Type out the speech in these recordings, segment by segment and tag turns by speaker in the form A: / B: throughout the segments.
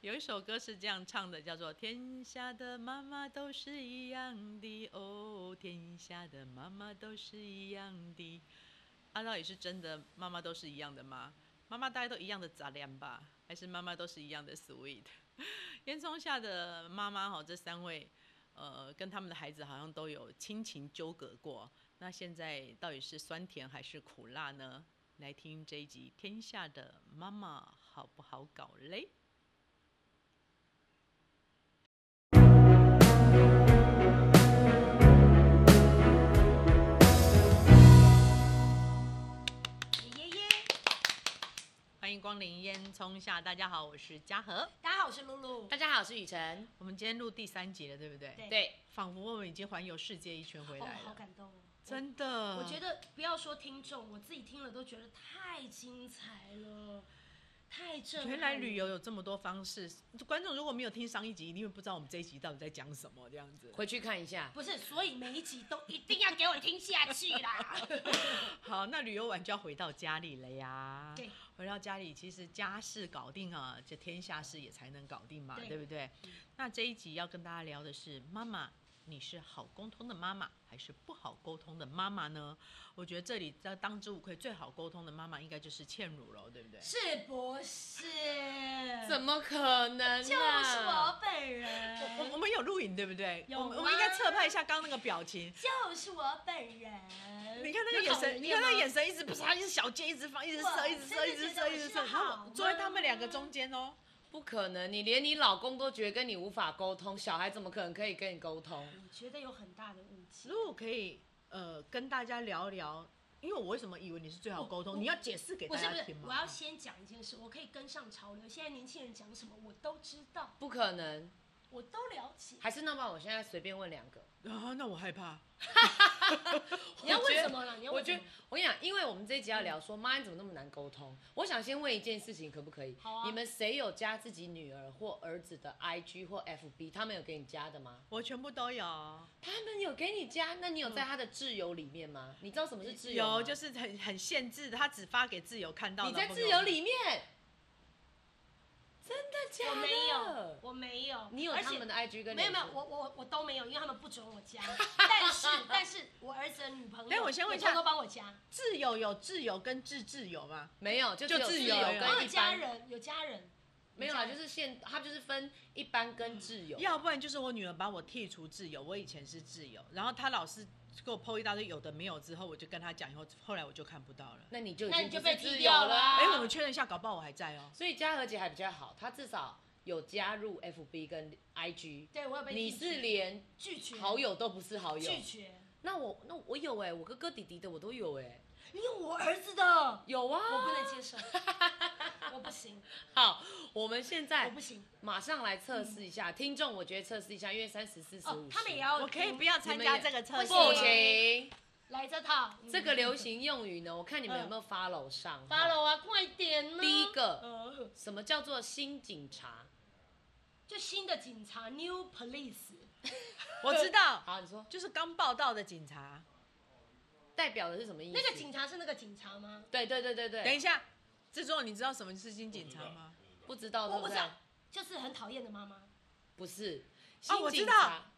A: 有一首歌是这样唱的，叫做《天下的妈妈都是一样的》，哦，天下的妈妈都是一样的。啊，到底是真的妈妈都是一样的吗？妈妈大家都一样的杂粮吧，还是妈妈都是一样的 sweet？烟囱下的妈妈哈，这三位，呃，跟他们的孩子好像都有亲情纠葛过。那现在到底是酸甜还是苦辣呢？来听这一集《天下的妈妈好不好搞嘞》。
B: 耶耶耶！
A: 欢迎光临烟囱下，大家好，我是嘉禾。
B: 大家好，我是露露。
C: 大家好，我是雨辰。
A: 我们今天录第三集了，对不对？
B: 对
C: 对，
A: 仿佛我们已经环游世界一圈回
B: 哦
A: 来，了，
B: 好感动哦！
A: 真的。
B: 我觉得不要说听众，我自己听了都觉得太精彩了，太震撼了。
A: 原来旅游有这么多方式，观众如果没有听上一集，一定会不知道我们这一集到底在讲什么这样子。
C: 回去看一下。
B: 不是，所以每一集都一定要给我听下去 啦。
A: 好，那旅游完就要回到家里了呀。
B: 对，
A: 回到家里，其实家事搞定啊，这天下事也才能搞定嘛，
B: 对嗯
A: 对不对？那这一集要跟大家聊的是，妈妈，你是好沟通的妈妈，还是不好沟通的妈妈呢？我觉得这里在当之无愧最好沟通的妈妈，应该就是倩茹了，对不对？
B: 是不是？
C: 怎么可能、啊？
B: 就是我本
A: 我我
B: 人，
A: 我们有录影对不对？
B: 有
A: 我们
B: 吗
A: 我们应该侧拍一下刚刚那个表情。
B: 就是我本人。
A: 你看那个眼
C: 有好
A: 神，
C: 迷
A: 你
C: 恋
A: 看那
C: 吗
A: 眼神一直不是，他一直小箭一直放，一直射，
B: 啊哇
A: 一直射，一直射，一直
B: 真的觉得
A: 射，
B: 我是好
A: 坐在他们两个
B: 妈
A: 中间哦。
C: 不可能！你连你老公都觉得跟你无法沟通，小孩怎么可能可以跟你沟通？
B: 我觉得有很大的误解
A: 如。果可以，呃，跟大家聊聊，因为我为什么以为你是最好沟
B: 我
A: 通？你要解释给
B: 不
A: 大
B: 是不
A: 家
B: 是
A: 听，
B: 我
A: 吗
B: 要？先讲一件事，我可以跟上潮流。现在年轻人讲什么我都知道，
C: 不可能！
B: 我都了解。
C: 还是那么，我现在随便问两个。
A: 啊，那我害怕。
B: 你要
C: 我
B: 问
C: 觉得
B: 什么了？你要
C: 我
B: 问什
C: 觉
B: 么
C: 得？，我跟你讲，因为我们这一集要聊说，妈，你怎么那么难沟通？我想先问一件事情，可不可以？
B: 好啊
C: 你们谁有加自己女儿或儿子的 IG 或 FB？他们有给你加的吗？
A: 我全部都有，
C: 他们有给你加？那你有在他的挚友里面吗？你知道什么是挚友吗？
A: 有就是很很限制的，他只发给自由看到的
C: 你
A: 朋友。
C: 在自由里面，真的假
B: 我
C: 的？
B: 没有，我没有。
C: 你有
B: 而
C: 他
B: 且
C: 们的 IG 跟
B: 没有
C: 脸
B: 没有
C: 书，
B: 我我我都没有，因为他们不准我 加。但是但是我儿子的女朋友，
A: 等
C: 哎
A: 一下我先问一下
B: 都帮我加，
A: 自由有自由跟自治有吗？
C: 没有，就
A: 就
C: 只有
A: 自
C: 自
A: 由
C: 由
A: 而已
B: 我
C: 跟
B: 有
C: 一
B: 家
C: 般，
B: 人，有家人，
C: 没有啦，嗯就是现他就是分一般跟自由。
A: 要不然就是我女儿把我剔除自由，我以前是自由，然后她老是给我 PO 一大堆有的没有，之后我就跟她讲，以后后来我就看不到了。
C: 那你就已
B: 那你
C: 经
B: 就
C: 不是
B: 被
C: 自
B: 踢
C: 由
B: 掉
C: 了
B: 了
C: 啊。
B: 啊
A: 哎、我们确认一下，搞不好我还在哦。
C: 所以嘉禾姐还比较好，她至少有加入 FB 跟 IG。
B: 对我有被
C: 你
B: 拒
C: 是
B: 绝
C: 连
B: 拒绝
C: 好友都不是好友
B: 拒，绝，
C: 那我那我有哎，我哥哥弟弟的我都有哎，
B: 你有我儿子 的，
C: 有啊。
B: 我不能接受，我不 行，
C: 好，我们现
B: 我
C: 在
B: 不行。
C: 马上来测试一下，听众我觉得测试一下，因为三十四十
B: 哦
C: 五，，
B: 他们也要
A: 我可以
B: 听
A: 不要参加这个测试
B: 不
C: 不
A: 吗
B: 行
C: 行。
B: 来这套，
C: 这个流行用语呢，我看你们有没有 follow 上哈
B: follow 啊，快点呢。
C: 第一个，
B: 呃，
C: 什么叫做新警察？
B: 就新的警察 new police，
A: 我知道，
C: 好，你说
A: 就是刚报道的警察。
C: 代表的是什么意思？
B: 那个警，察是那个警察吗？
C: 对对对对对，
A: 等一下，制作你知道什么是新警察吗？
C: 不知道对
B: 我
C: 不
B: 不知
C: 对
B: 道？，就是很讨厌的妈妈。
C: 不
A: 哦
C: 是，新
A: 我知
C: 警
A: 道
C: 察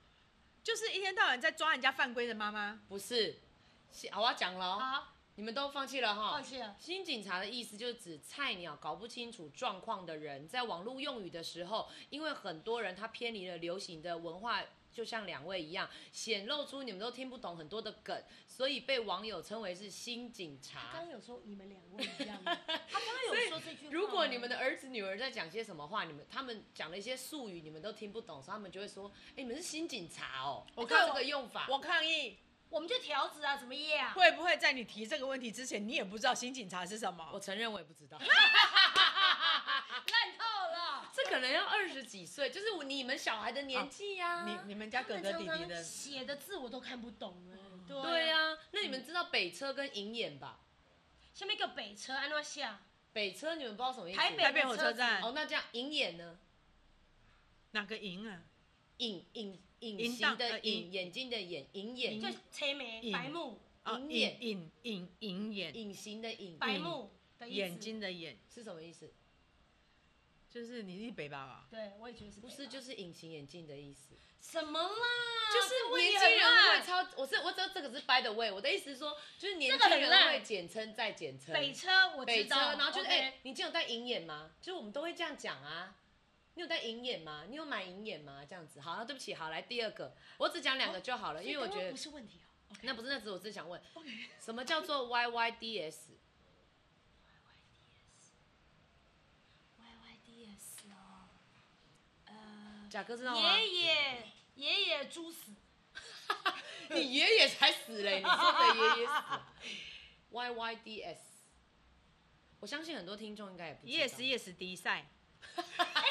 A: 就是一天到晚在抓人家犯规的妈妈。
C: 不是，新好，我要讲了哦，
B: 好，
C: 你们都放弃了哈
B: 抱。歉，啊
C: 新警察的意思就是指菜鸟、搞不清楚状况的人，在网络用语的时候，因为很多人他偏离了流行的文化，就像两位一样，显露出你们都听不懂很多的梗，所以被网友称为是新警
B: 他刚
C: 察
B: 刚。有说你们两位一 样吗，他刚刚有说这句话。
C: 如果你们的儿子女儿在讲些什么话，你们他们讲了一些术语，你们都听不懂，所以他们就会说：“哎、你们是新警察哦。”
A: 我
C: 看
A: 看
C: 这个用法，
A: 我抗议，
B: 我们就条子啊，怎么耶啊？
A: 会不会在你提这个问题之前，你也不知道新警察是什么
C: 我？承认我也不知道，
B: 烂透了。
C: 这可能要二十几岁，就是我你们小孩的年纪呀、
A: 你你们家
B: 他
A: 哥
B: 们
A: 哥
B: 常
A: 弟弟
B: 常
A: 的，
B: 写的字我都看不懂哎。
C: 哦对
B: 啊，
C: 呀、那你们知道北车跟银眼吧？
B: 下面一个北车安诺下，
C: 北车你们不知道什么意思？
B: 台北
A: 台北火车站
C: 哦，那这样银眼呢？
A: 哪个赢啊？
C: 隐隐隐
A: 淫
C: 形
A: 荡
C: 的
A: 呃
C: 隐，
A: 淫
C: 眼睛的眼，隐眼
B: 就车眉
A: 影
B: 白目
A: 哦，
C: 银
A: 隐
C: 眼
A: 隐隐隐眼，
C: 隐形的隐
B: 白目的意思
A: 眼睛的眼，
C: 是什么意思？
A: 就是你是北吧吧？
B: 对，我也觉得是北
C: 不
B: 吧。
C: 是就是隐形眼镜的意思，
B: 什么啦？
C: 就是啊年轻人
B: 啊
C: 会超，我是我知道这个是 by the way，我的意思是说就是年轻
B: 这个很
C: 人
B: 烂
C: 会简称再简称，
B: 北车，我
C: 北
B: 知
C: 车，
B: 道。
C: 然后就是哎、
B: 哎，
C: 你今天有戴银眼吗？就是我们都会这样讲啊。你有戴银眼吗？你有买银眼吗？这样子，好，那对不起，好，来第二个，我只讲两个就好了，哎因为我
B: 哦所以刚刚
C: 觉得
B: 不是问题哦。OK
C: 那不是那只是我只是想问，什么叫做 YYDS？
B: YYDS 哦，呃，
C: 贾哥知道吗？
B: 爷爷爷爷猪死，
C: 你爷爷才死嘞，你说的爷爷 死了 YYDS，我相信很多听众应该也不知道。
A: Yes Yes 迪赛，
C: 哎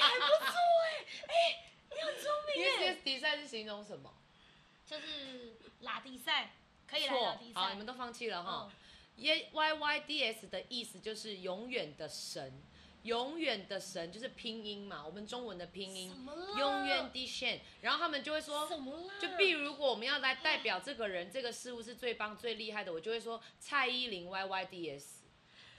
C: Yes Yes 比赛是形容什么？
B: 就是拉迪赛，可以来拉
C: 错
B: 迪，赛。
C: 好，你们都放弃了哈
B: 嗯。
C: 耶 Y Y D S 的意思就是永远的神，永远的神就是拼音嘛，我们中文的拼
B: 嗯
C: 音
B: 什么啦，
C: 永远的神。然后他们就会说
B: 什，么啦？
C: 就比如如果我们要来代表这个人、这个事物是最棒、最厉害的，我就会说蔡依林 Y Y D S，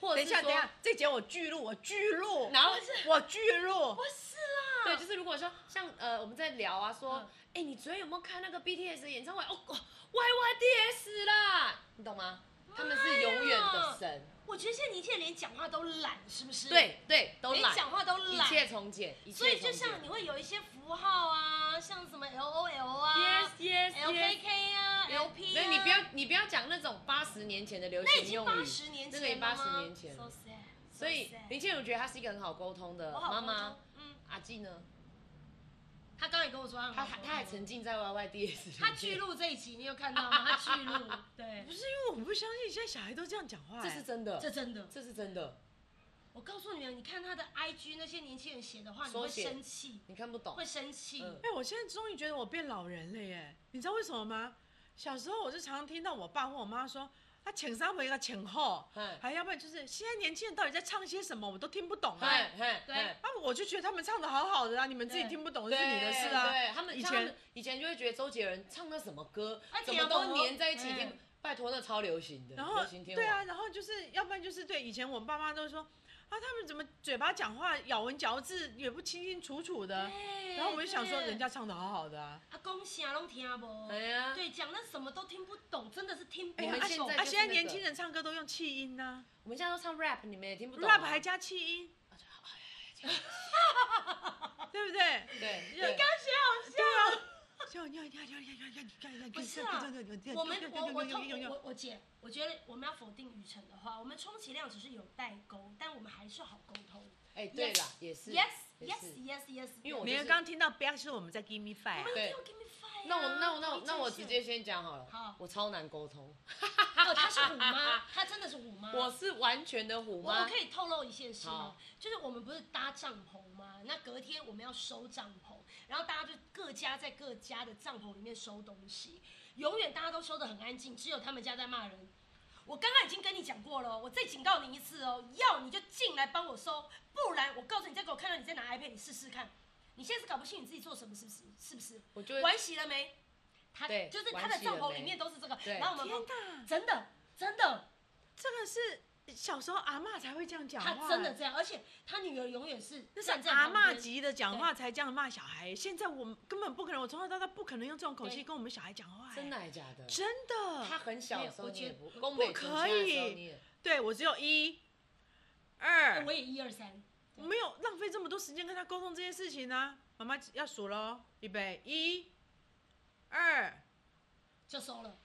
C: 或
A: 等
C: 者
A: 一
C: 是
A: 下等一
C: 说
A: 下，，这节我巨录，我巨录，
C: 然后
A: 我巨录
B: 不，是啦，
C: 对，就是如果说像呃我们在聊啊，说，哎
B: 嗯、
C: 你昨天有没有看那个 BTS 的演唱会？哦哦，YYDS 啦，你懂吗？他们是永远的神，
B: 我觉得现在年轻人连讲话都懒，是不是？，
C: 对对，都
B: 连
C: 懒，
B: 讲话都
C: 一
B: 懒。
C: 切从简，一切
B: 所以就
C: 从简
B: 像你会有一些符号啊，像什么 L O L 啊
C: yes yes yes。
B: LKK 啊，LP
C: 那
B: 啊，
C: 你不要，你不要讲那种八十年前的流
B: 那已
C: 行
B: 经
C: 用
B: 八
C: 语，
B: 十年
C: 那
B: 前
C: 个
B: 了
C: 也
B: 吗
C: 八十年前
B: So
C: 了。
B: sad，
C: 所以
B: so sad
C: 林倩如觉得她是一个很好沟通的
B: 我好
C: 妈
B: 高
C: 妈
B: 中。，嗯，
C: 阿纪呢，
B: 他刚也跟我说他
C: 她
B: 很
C: 还
B: 高
C: 她还
B: 中
C: 沉浸在 YYDS
B: 他
C: 去
B: 巨鹿这一集你有看到 吗？他巨鹿，对
A: 不，是因为我不相信现在小孩都这样讲话，哎
C: 这是真的，
B: 这真的，
C: 这是真的，
B: 我告诉你们，你看他的 IG 那些年轻人写的话，你会
C: 缩写
B: 生气，
C: 你看不懂
B: 会。生气。
C: 嗯
A: 哎、我现在终于觉得我变老人了耶！你知道为什么吗？小时候我就常常听到我爸或我妈说，他请三回一个请后
C: 嗯，
A: 还要不然就是现在年轻人到底在唱些什么，我都听不懂啊。
C: 嘿嘿
B: 对
C: 嘿
A: 啊，我就觉得他们唱的好好的啊，你们自己
B: 对
A: 听不懂
C: 对
A: 是你的事啊。
C: 对，他们
A: 以
C: 像他
A: 前
C: 们以前就会觉得周杰伦唱那什么歌
B: 啊，
C: 怎么
B: 听
C: 都
B: 不懂
C: 粘在一起
B: 嗯
C: 听，拜托那超流行的，
A: 然后
C: 流行天
A: 对
C: 王
A: 啊，。然后就是要不然就是对，以前我爸妈都说啊，他们怎么嘴巴讲话咬文嚼字也不清清楚楚
C: 呃
A: 的。
B: 哎对
A: 然后我就想说，
B: 对
A: 人家唱的好好的啊。
B: 啊，恭喜啊，拢听不？
C: 哎呀
B: 对，讲那什么都听不懂，真的是听不
A: 哎呀
C: 们
A: 啊
C: 现在
B: 懂。
A: 啊，
C: 就是
A: 现在
C: 那
A: 年
C: 个
A: 轻人唱歌都用气音啊呐、
C: 我们现在都唱 rap，你们也听不懂啊。
A: rap 还加气音，哎对不对？
C: 对，
B: 你刚
C: 对
B: 刚学
A: 对啊。就你要你要你要你要你要你要你要
B: 不是啊
A: 你
B: 好笑。我们我我通我我姐，我觉得我们要否定雨辰的话，我们充其量只是有代沟，但我们还是好沟通。
C: 哎，对啦，也是
B: Yes
C: 也
B: yes
C: 是
B: yes yes。
C: 因为我
A: 你
C: 就是
A: 们刚听到 b a 是我们在 give me
B: 我
A: five，
B: 没有
C: 对
B: 听我 give me five 啊。
C: 那我那我那我
B: 一
C: 那我
B: 直
C: 直
B: 线
C: 接先讲好了。
B: 好
C: 我超难沟通，
B: 哦，她是虎妈，她真的是虎 妈。
C: 我是完全的虎
B: 嗯我我
C: 妈
B: 可。以透露一件事吗
C: 啊好？
B: 就是我们不是搭帐篷吗？那隔天我们要收帐篷，然后大家就各家在各家的帐篷里面收东西，永远大家都收的很安静，只有他们家在骂人。我刚刚已经跟你讲过了哦，我再警告你一次哦，要你就进来帮我收，不然我告诉你，再给我看到你在拿 iPad，你试试看。你现在是搞不清你自己做什么，是不是？是不是？
C: 我就会
B: 玩洗了没？他
C: 对
B: 就是
C: 玩
B: 他的
C: 洗了
B: 帐篷
C: 没
B: 里面都是这个，
C: 对
B: 然后我们
A: 天
B: 旁
A: 哪，
B: 真的真的。
A: 这个是小时候阿嬷才会这样讲话，
B: 他真的这样，而且他女儿永远是
A: 那是
B: 站在
A: 阿
B: 旁
A: 嬷
B: 边，
A: 级的讲话才这样骂小孩，现在我们根本不可能，我从小到大不可能用这种口气
B: 对
A: 跟我们小孩讲话，哎
C: 真的还假的？
A: 真的，
C: 他很小的时候
B: 没有
C: 你也
B: 我
C: 不，宫北城
A: 可
C: 下的时候
A: 以
C: 你也
A: 对我只有一
B: 哎
A: 二
B: 我，也一二三，
A: 我没有浪费这么多时间跟他沟通这件事情呢、妈妈要数喽，预备，一、二，
B: 就收了，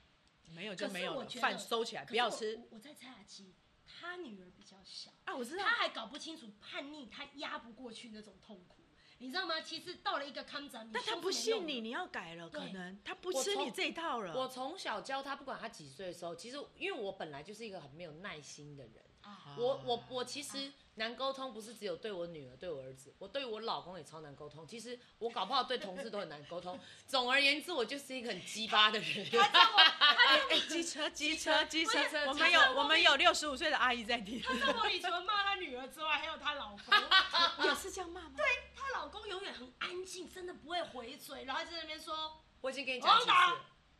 A: 没有就
B: 可是
A: 没有
B: 我
A: 了，
B: 觉得
A: 饭收起来，
B: 可
A: 哎
B: 是
A: 不要
B: 我
A: 吃。。
B: 我我在猜阿基，他女儿比较小，
A: 啊，我知道
B: 他，还搞不清楚叛逆，他压不过去那种痛苦，你知道吗？其实到了一个康展，
A: 但他
B: 凶
A: 不
B: 是没用
A: 信你，
B: 的，
A: 你要改了，可
B: 对
A: 能他不
C: 我
A: 吃
C: 从
A: 你这一套了。
C: 我从小教他，不管他几岁的时候，其实因为我本来就是一个很没有耐心的人，
B: 啊，
A: 啊
C: 我我我其实难沟通，不是只有对我女儿、对我儿子，我对我老公也超难沟通。其实我搞不好对同事都很难沟通。总而言之，我就是一个很鸡巴的人。
B: 他在我
A: 哎哎，机车，机车，机车
C: 机车，
A: 我们有
C: 机车
A: 我们有六十五岁的阿姨在听，
B: 他在我里除了骂他女儿之外，还有她老公，
A: 也是这样骂吗？对，
B: 她老公永远很安静，真的不会回嘴，然后在那边说。
C: 我已经跟你讲几次了，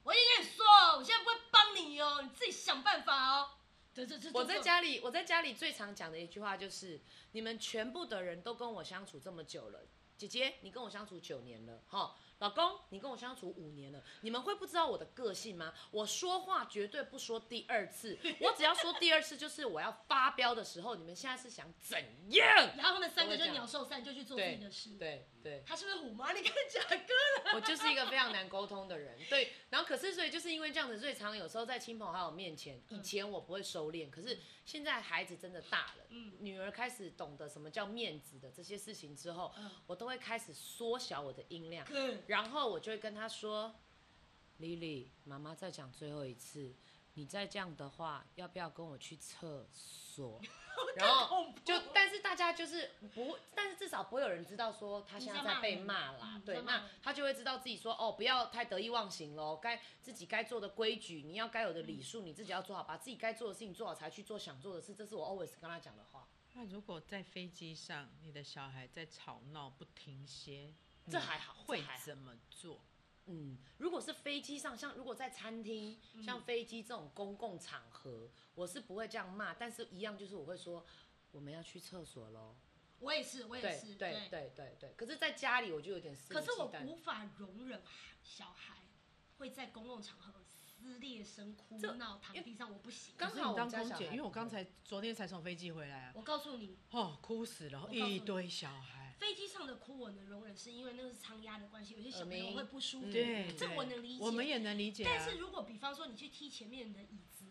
B: 我已经跟你说了，我现在不会帮你哦，你自己想办法哦。对对对，
C: 我在家里，我在家里最常讲的一句话就是：你们全部的人都跟我相处这么久了，姐姐，你跟我相处九年了，哈，老公，你跟我相处五年了，你们会不知道我的个性吗？我说话绝对不说第二次，我只要说第二次，就是我要发飙的时候，你们现在是想怎样？
B: 然后他们三个
C: 我会
B: 就
C: 这样
B: 鸟兽散，就去做自己
C: 对
B: 的事。
C: 对对，
B: 他是不是虎妈？你 看贾哥，
C: 我就是一个非常难沟通的人，对。然后可是所以就是因为这样子，所以常有时候在亲朋好友面前，以前我不会收敛，可是现在孩子真的大了，
B: 嗯
C: 女儿开始懂得什么叫面子的这些事情之后
B: 嗯，
C: 我都会开始缩小我的音量，
B: 哥，
C: 然后我就会跟她说：“Lily，妈妈再讲最后一次，你再这样的话，要不要跟我去厕 所？”然后
B: 恐怖哦
C: 就，但是大家就是不会，但是至少不会有人知道说他现在在被骂啦
B: 你在骂人嗯，在
C: 对，
B: 骂人
C: 那他就会知道自己说哦，不要太得意忘形喽，该自己该做的规矩，你要该有的礼数，你自己要做好，把自己该做的事情做好，才去做想做的事，这是我 always 跟他讲的话，
A: 那如果在飞机上，你的小孩在吵闹不停歇，
C: 这还好，
A: 会
C: 这还好。
A: 怎么做？
C: 嗯，如果是飞机上，像如果在餐厅，像飞机这种公共场合，我是不会这样骂，但是一样就是我会说我们要去厕所喽，
B: 我也是，我也
C: 对
B: 是，
C: 对对对对。可是，在家里我就有点肆无
B: 可是我
C: 忌惮
B: 无法容忍小孩会在公共场合撕裂声、哭
C: 这
B: 闹、躺
C: 因为
B: 地上，我不行。
C: 刚
A: 可是
C: 好
A: 你
C: 我
A: 当
C: 们家
A: 空
C: 小
A: 姐，
C: 孩
A: 因为我
C: 不
A: 刚
C: 会
A: 才昨天才从飞机回来啊，
B: 我告诉你，
A: 哦，哭死了，
B: 告诉你
A: 一堆小孩，
B: 飞机上的哭我能容忍，是因为那个是仓压的关系，有些小朋友
C: 耳鸣
B: 会不舒服。
C: 嗯
A: 对，
B: 这
A: 对
B: 我能理解
A: 我们也能理解啊。
B: 但是如果比方说你去踢前面人的椅子，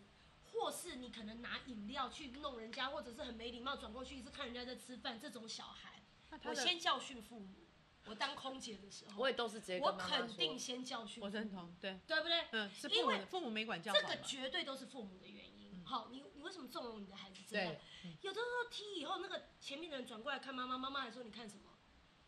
B: 或是你可能拿饮料去弄人家，或者是很没礼貌转过去一直看人家在吃饭，这种小孩，
A: 那他
B: 我
A: 的
B: 先教训父母。我当空姐的时候，
C: 我
B: 我
C: 也都是直接跟妈妈说
B: 肯定先教训，
A: 我认，同，对，
B: 对不对？
A: 嗯，是
B: 因
A: 父母
B: 为
A: 的父母没管教好
B: 这
A: 嘛，
B: 个绝对都是父母的原因。好，你你为什么纵容你的孩子这样
C: 对？
B: 有的时候踢以后，那个前面的人转过来看妈妈，妈妈还说你看什么？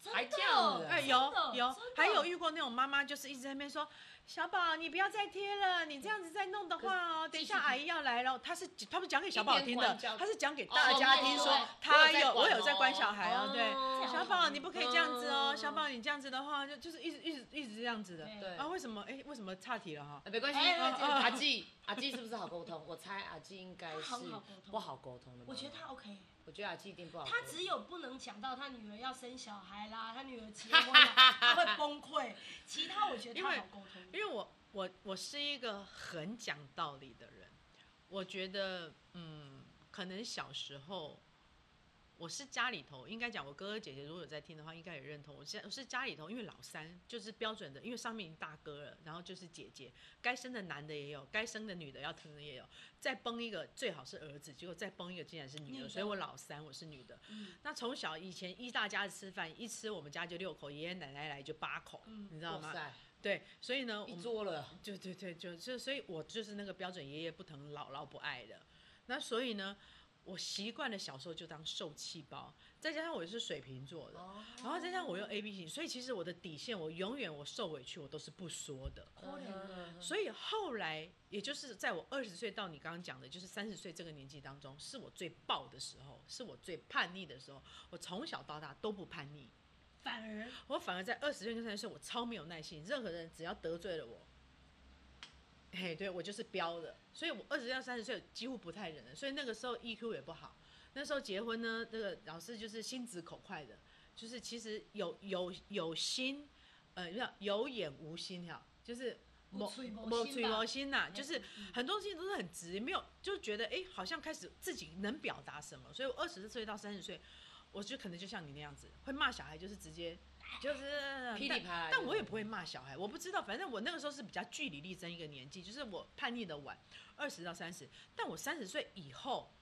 B: 真
C: 还
B: 的
C: 这样子
A: 哎，
B: 真
A: 有
B: 的
A: 有
B: 真的，
A: 还有遇过那种妈妈，就是一直在那边说：“小宝，你不要再贴了，你这样子再弄的话哦，等一下阿姨要来了。”她是她不是讲给小宝听
C: 一边
A: 的
C: 管教，
A: 她是讲给大家听，
B: 哦
A: 说
B: 对
A: 她
C: 对
A: 有
C: 我
A: 我
C: 有
A: 有
C: 在
A: 在
C: 管
A: 管
C: 哦
A: 小孩哦，
C: 哦
A: 对，小宝你不可以这样子哦，
C: 嗯
A: 小宝你这样子的话，就就是一直一直一直这样子的。
B: 对
C: 对
A: 啊，为什么？哎，为什么岔题了哈？
C: 啊，没关系。
B: 哎哎
A: 哎
C: 阿纪，阿纪是不是好沟通？我猜阿纪应该是
B: 他很好沟通
C: 不好沟通的。
B: 我觉得，他 OK。
C: 我觉得阿纪一定不好沟
B: 他
C: 通。
B: 只有不能讲到他女儿要生小孩啦，他女儿结婚了，他会崩溃。其他我觉得他好沟通。
A: 因为我我我是一个很讲道理的人，我觉得嗯，可能小时候我是家里头，应该讲我哥哥姐姐如果有在听的话，应该也认同。我现我是家里头，因为老三就是标准的，因为上面已经大哥了，然后就是姐姐，该生的男的也有，该生的女的要疼的也有，再崩一个最好是儿子，结果再崩一个竟然是女
B: 女
C: 嗯
A: 儿，
B: 的
A: 所以我老三我是女的。
B: 嗯
A: 那从小以前一大家子吃饭，一吃我们家就六口，爷爷奶奶来就八口，
B: 嗯
A: 你知道吗
C: 哇？塞，
A: 对，所以呢，我
C: 一
A: 们
C: 桌了，
A: 对对对，就就所以，我就是那个标准爷爷不疼，姥姥不爱的。那所以呢，我习惯了小时候就当受气包，再加上我是水瓶座的，
C: 哦
A: 然后再加上我又 A B 型，所以其实我的底线，我永远我受委屈我都是不说的。
B: 可怜啊
A: 所以后来，也就是在我二十岁到你刚刚讲的，就是三十岁这个年纪当中，是我最暴的时候，是我最叛逆的时候。我从小到大都不叛逆，
B: 反而
A: 我反而在二十岁跟三十岁，我超没有耐心，任何人只要得罪了我，嘿，对我就是彪的，所以我二十到三十岁几乎不太忍了，所以那个时候 EQ 也不好。那时候结婚呢，那个老师就是心直口快的，就是其实有有有心，呃，叫有眼无心哈，就是
B: 无嘴无
A: 某
B: 心
A: 嘴
B: 吧
A: 无心呐、就是
B: 嗯
A: 很多东西都是很直，没有就觉得哎、诶好像开始自己能表达什么，所以我二十岁到三十岁，我就可能就像你那样子，会骂小孩就是直接就是呃
C: 噼里啪啦
A: 但但我也不会骂小孩，我不知道，反正我那个时候是比较据理力争一个年纪，就是我叛逆的晚，二十到三十，但我三十岁以后，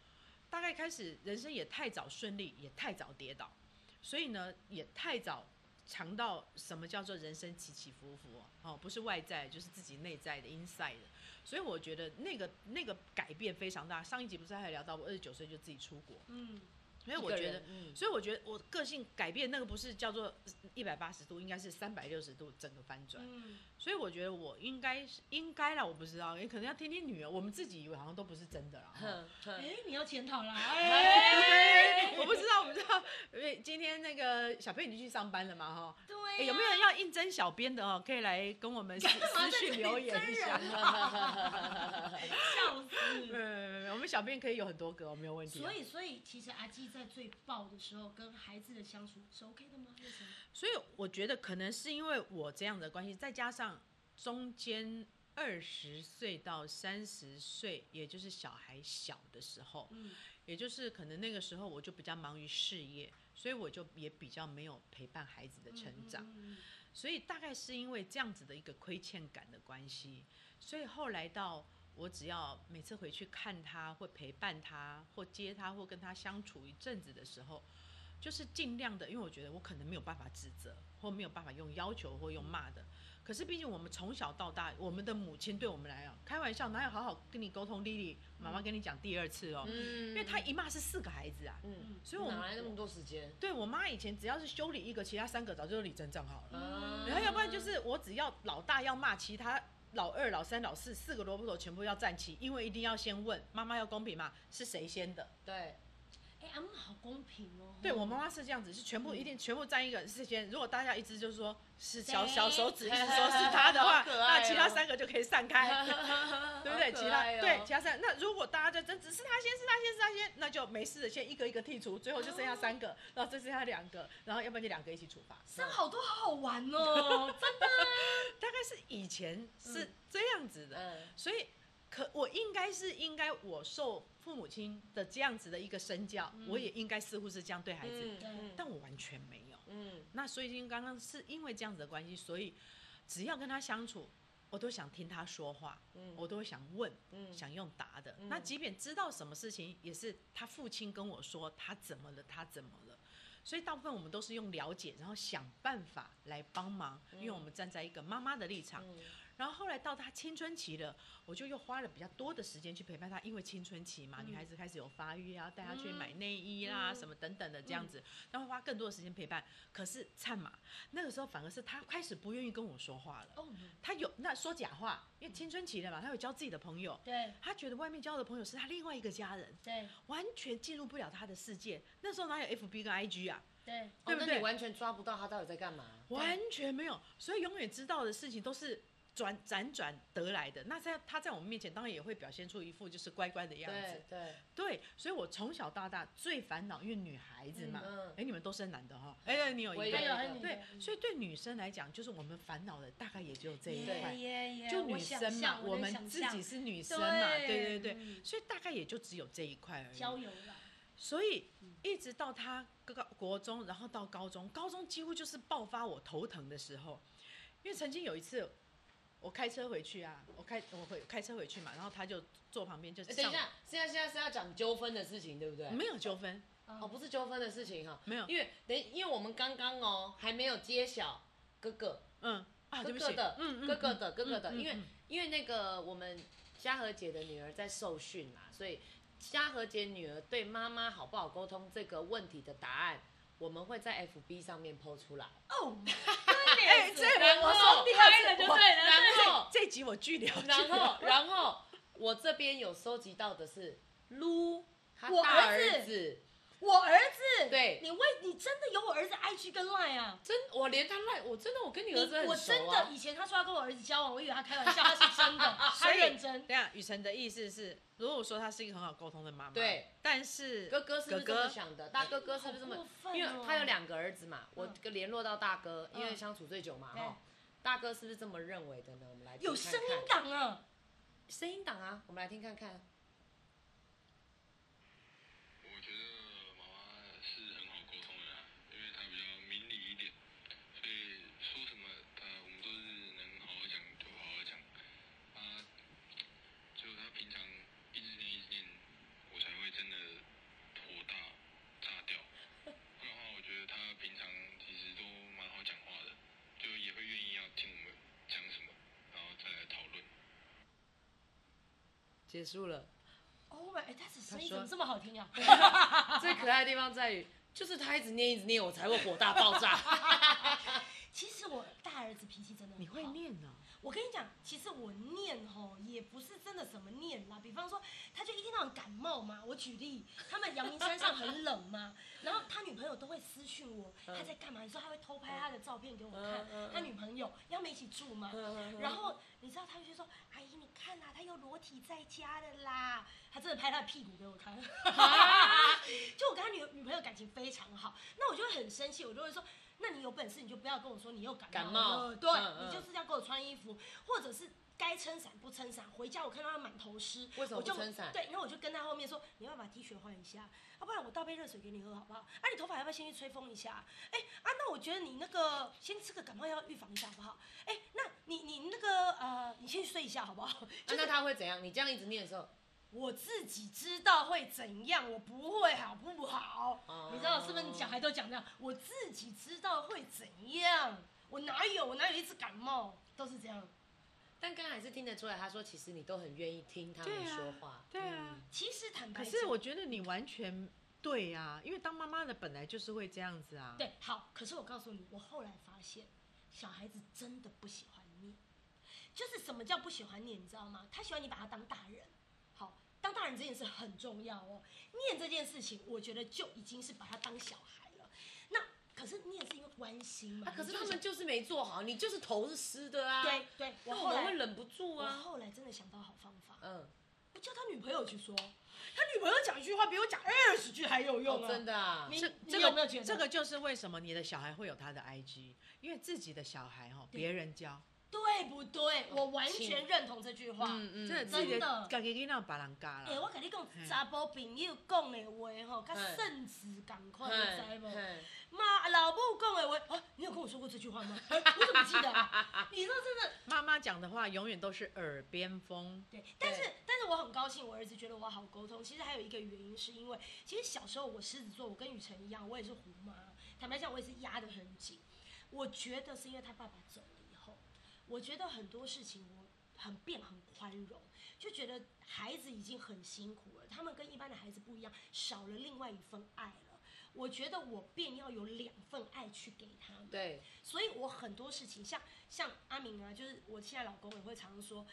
A: 大概开始人生也太早顺利，也太早跌倒，所以呢，也太早。尝到什么叫做人生起起伏伏哦，哦不是外在，就是自己内在的 inside 的。所以我觉得那个那个改变非常大。上一集不是还聊到我二十九岁就自己出国，
B: 嗯，
A: 因为
C: 一
A: 我
C: 个
A: 觉得
C: 人，嗯，
A: 所以我觉得我个性改变那个不是叫做一百八十度，应该是三百六十度整个翻转。
B: 嗯，
A: 所以我觉得我应该是应该啦，我不知道，也可能要听听女儿，我们自己以为好像都不是真的啦。哈
C: 哼哼
B: 哎，你要检讨啦，
A: 哎
B: 哎，
A: 我不知道，我不知道，因为今天那个小佩已经去上班了嘛哈、哎
B: 对啊呀，
A: 有没有人要应征小编的哦？可以来跟我们私
B: 嘛
A: 私
B: 在这
A: 讯
B: 里
A: 留言
B: 真
A: 一下。
B: 人啊
A: 没有
B: 笑死？
A: 没有没有我们小编可以有很多个哦，没有问题啊、
B: 嗯所以，所以其实阿基在最爆的时候跟孩子的相处是 OK 的吗？为什么？
A: 所以我觉得可能是因为我这样的关系，再加上中间二十岁到三十岁，也就是小孩小的时候，
B: 嗯，
A: 也就是可能那个时候我就比较忙于事业，所以我就也比较没有陪伴孩子的成长。
B: 嗯，
A: 所以大概是因为这样子的一个亏欠感的关系，所以后来到我只要每次回去看他，或陪伴他，或接他，或跟他相处一阵子的时候，就是尽量的，因为我觉得我可能没有办法指责，或没有办法用要求或用骂的。可是毕竟我们从小到大，我们的母亲对我们来讲，开玩笑哪有好好跟你沟通？丽丽，妈妈跟你讲第二次哦，
C: 嗯，
A: 因为她一骂是四个孩子啊，
C: 嗯，
A: 所以我们
C: 哪来那么多时间？
A: 对我妈以前只要是修理一个，其他三个早就理真正好了。
B: 嗯
A: 然后要不然就是我只要老大要骂，其他老二、老三、老四四个萝卜头全部要站齐，因为一定要先问妈妈要公平嘛，是谁先的？
C: 对，
B: 哎，阿妈好公平哦。
A: 对我妈妈是这样子，是全部一定全部站一个是先。如果大家一直就是说是小
B: 谁
A: 小手指一直 说是他的话，
C: 好可爱哦
A: 那其他三个就可以散 开，对
C: 对
A: 不对？其他
C: 哦
A: 对其他三，那如果大家就真只是他先，是他先，是他先，那就没事了，先一个一个剔除，最后就剩下三个，然后再剩下两个，然后要不然就两个一起处罚。
B: 这样好多好好玩 哦，真的。
A: 大概是以前是
B: 嗯
A: 这样子的，
C: 嗯，
A: 所以可我应该是应该我受父母亲的这样子的一个身教，
B: 嗯
A: 我也应该似乎是这样对孩子，
C: 嗯嗯
A: 但我完全没有。
C: 嗯
A: 那所以因为刚刚是因为这样子的关系，所以只要跟他相处，我都想听他说话，
C: 嗯
A: 我都会想问，
C: 嗯
A: 想用答的。
C: 嗯
A: 那即便知道什么事情，也是他父亲跟我说他怎么了，他怎么了。所以大部分我们都是用了解，然后想办法来帮忙，因为我们站在一个妈妈的立场。
C: 嗯
A: 然后后来到她青春期了，我就又花了比较多的时间去陪伴她，因为青春期嘛，
B: 嗯
A: 女孩子开始有发育啊，带她去
B: 嗯
A: 买内衣啦、
B: 嗯
A: 什么等等的这样子，然后花更多的时间陪伴。可是灿嘛，那个时候反而是她开始不愿意跟我说话了，
B: 哦，
A: 她有那说假话，因为青春期了嘛，她有交自己的朋友。
B: 对
A: 她觉得外面交的朋友是她另外一个家人，
B: 对
A: 完全进入不了她的世界。那时候哪有 FB 跟 IG 啊？
B: 对，
C: 哦
A: 对不
C: 那
A: 对
C: 你完全抓不到他到底在干嘛？
A: 完全没有，所以永远知道的事情都是转辗转得来的。那在他在我们面前，当然也会表现出一副就是乖乖的样子
C: 对。对，
A: 对，所以我从小到大最烦恼，因为女孩子嘛，
C: 嗯嗯
A: 哎、你们都生男的哈，哎、你有
C: 我
A: 一
C: 也
A: 个
C: 有
B: 还有你
A: 对，所以对女生来讲，就是我们烦恼的大概也只有这一
C: 对
A: 块。
B: 耶
A: 就女生嘛，我们自己是女生嘛，对对对，
B: 嗯
A: 所以大概也就只有这一块而已。
B: 郊游啦，
A: 所以
C: 嗯
A: 一直到他高国中，然后到高中，高中几乎就是爆发我头疼的时候，因为曾经有一次。我开车回去啊，我开我回开车回去嘛，然后他就坐旁边，就是
C: 哎等
A: 上
C: 一下，现在现在是要讲纠纷的事情，对不对？
A: 没有纠纷，
C: 哦，不是纠纷的事情哈，
A: 没有
C: 因为等一，因为我们刚刚哦还没有揭晓哥哥
A: 嗯啊，
C: 哥
A: 对不
C: 哥
A: 起，
C: 的
A: 嗯嗯
C: 哥哥
A: 嗯
C: 的哥哥的，
A: 嗯嗯
C: 因为
A: 嗯
C: 因为那个我们嘉禾姐的女儿在受训嘛，所以嘉禾姐女儿对妈妈好不好沟通这个问题的答案，我们会在 FB 上面剖出来。
B: 哦，
A: 哎，
B: 对
A: 这
C: 然
A: 我
C: 后
A: 我说第二次
B: 了就
A: 我
B: 对了，
C: 然后
A: 这集我巨了解，
C: 然后然后我这边有收集到的是撸他
B: 我
C: 大
B: 儿
C: 儿
B: 子
C: 子，
B: 我儿子，
C: 对
B: 你为你真的有我儿子 IG 跟 Line 啊？
C: 真我连他赖我真的我跟你
B: 你
C: 儿子很熟啊，
B: 我真的以前他说要跟我儿子交往，我以为他开玩笑，他是真的， 他
A: 所以
B: 认真。
A: 等一下雨辰的意思是，如果说她是一个很好沟通的妈妈，
C: 对，
A: 但是
C: 哥哥是
A: 哥
C: 不是这么
A: 哥
C: 想的？大哥哥是不是这么？
B: 好过分哦
C: 因为他有两个儿子嘛，我
B: 嗯
C: 联络到大哥，因为
B: 嗯
C: 相处最久嘛，
B: 对
C: 哈。大哥是不是这么认为的呢？我们来听
B: 有
C: 看
B: 声
C: 看
B: 音档啊！
C: 声音档啊，我们来听看看。
D: 我觉得妈妈是很好沟通的啦，因为她比较明理一点，所以说什么她我们都是能好好讲就好好讲。她就她平常呃一直念一直念，我才会真的火大炸掉。不然的话，我觉得她平常其实都蛮好讲话的，就也会愿意要听我们讲什么，然后再来讨论。
C: 结束了，
B: 哦， Oh my，哎，他是声
A: 他
B: 音怎
A: 说
B: 么这么好听啊？
C: 最可爱的地方在于，就是他一直念一直念，我才会火大爆 炸。
B: 其实我大儿子脾气真的很好
A: 你会念呢、
B: 我跟你讲，其实我念吼也不是真的什么念啦，比方说，他就一天到晚感冒嘛。我举例，他们阳明山上很冷嘛，然后他女朋友都会私讯我，他在干嘛？你说他会偷拍他的照片给我看
C: 嗯嗯，
B: 他女朋友，因为他们一起住嘛。
C: 然
B: 然后你知道他就说：“阿姨，你看啦、他又裸体在家的啦。”他真的拍他的屁股给我看，
C: 啊
B: 就我跟他女女朋友感情非常好，那我就会很生气，我就会说：“那你有本事你就不要跟我说你又感
C: 感
B: 冒
C: 冒
B: 了，对、
C: 嗯嗯
B: 你就是要给我穿衣服，或者是。”该撑伞不撑伞，回家我看到他满头湿，
C: 为什么
B: 我就
C: 不撑
A: 嗯
C: 伞
B: 对，然后我就跟他后面说，你要不要把 T 恤换一下，啊要、不然我倒杯热水给你喝好不好？啊，你头发要不要先去吹风一下？哎啊，那我觉得你那个先吃个感冒药预防一下好不好？哎，那你你那个呃，你先去睡一下好不好？ 就是
C: 那他会怎样？你这样一直念的时候，
B: 我自己知道会怎样，我不会好不好？
C: 哦
B: 你知道是不是？你小孩都讲这样，我自己知道会怎样，我哪有我哪有一次感冒都是这样。
C: 但刚才还是听得出来，他说其实你都很愿意听他们说话。
A: 对啊，
B: 其实坦
A: 可
B: 白讲，
A: 是我觉得你完全对啊，因为当妈妈的本来就是会这样子啊。，
B: 对好，可是我告诉你，我后来发现，小孩子真的不喜欢你，就是什么叫不喜欢你，你知道吗？他喜欢你把他当大人。好，当大人这件事很重要哦。念这件事情，我觉得就已经是把他当小孩了。那可是念是因为关心嘛？
C: 啊，可是
B: 你就
C: 他
B: 会
C: 们就是没做好，你就是头是湿的啊。
B: 对，对，我
C: 那
B: 后
C: 我们
B: 来
C: 会忍不住
B: 我
C: 啊。
B: 后来真的想到好方法，
C: 嗯，
B: 我叫他女朋友去说，他女朋友讲一句话比我讲二十句还有用
C: 哦，
B: 啊！
C: 真
B: 的，
C: 的啊。
B: 你
A: 这
B: 你
A: 这
B: 有没有
A: 个
B: 觉得
A: 这个就是为什么你的小孩会有他的 IG，因为自己的小孩哦，
B: 对
A: 别人教，
B: 对不对？我完全
C: 请
B: 认同这句话。
C: 嗯嗯，
A: 这自
B: 真
A: 己
B: 的
A: 的自己囡仔别人教
B: 哎、我
A: 啦。
B: 跟你
A: 嘿
B: 讲，查甫朋友讲的话吼，跟
C: 嘿
B: 圣旨同款，你
C: 嘿
B: 知无？
C: 嘿
B: 妈，老母讲的话，啊，你有跟我说过这句话吗？哎我怎么记得、啊？你说真的
A: 妈妈讲的话永远都是耳边风。
B: 对，但是但是我很高兴，我儿子觉得我好沟通。其实还有一个原因，是因为其实小时候我狮子座，我跟雨辰一样，我也是虎妈。坦白讲，我也是压得很紧。我觉得是因为他爸爸走了以后，我觉得很多事情我很变很宽容，就觉得孩子已经很辛苦了，他们跟一般的孩子不一样，少了另外一份爱了。我觉得我便要有两份爱去给他们。
C: 对，
B: 所以我很多事情，像像阿明啊，就是我现在老公也会常常说，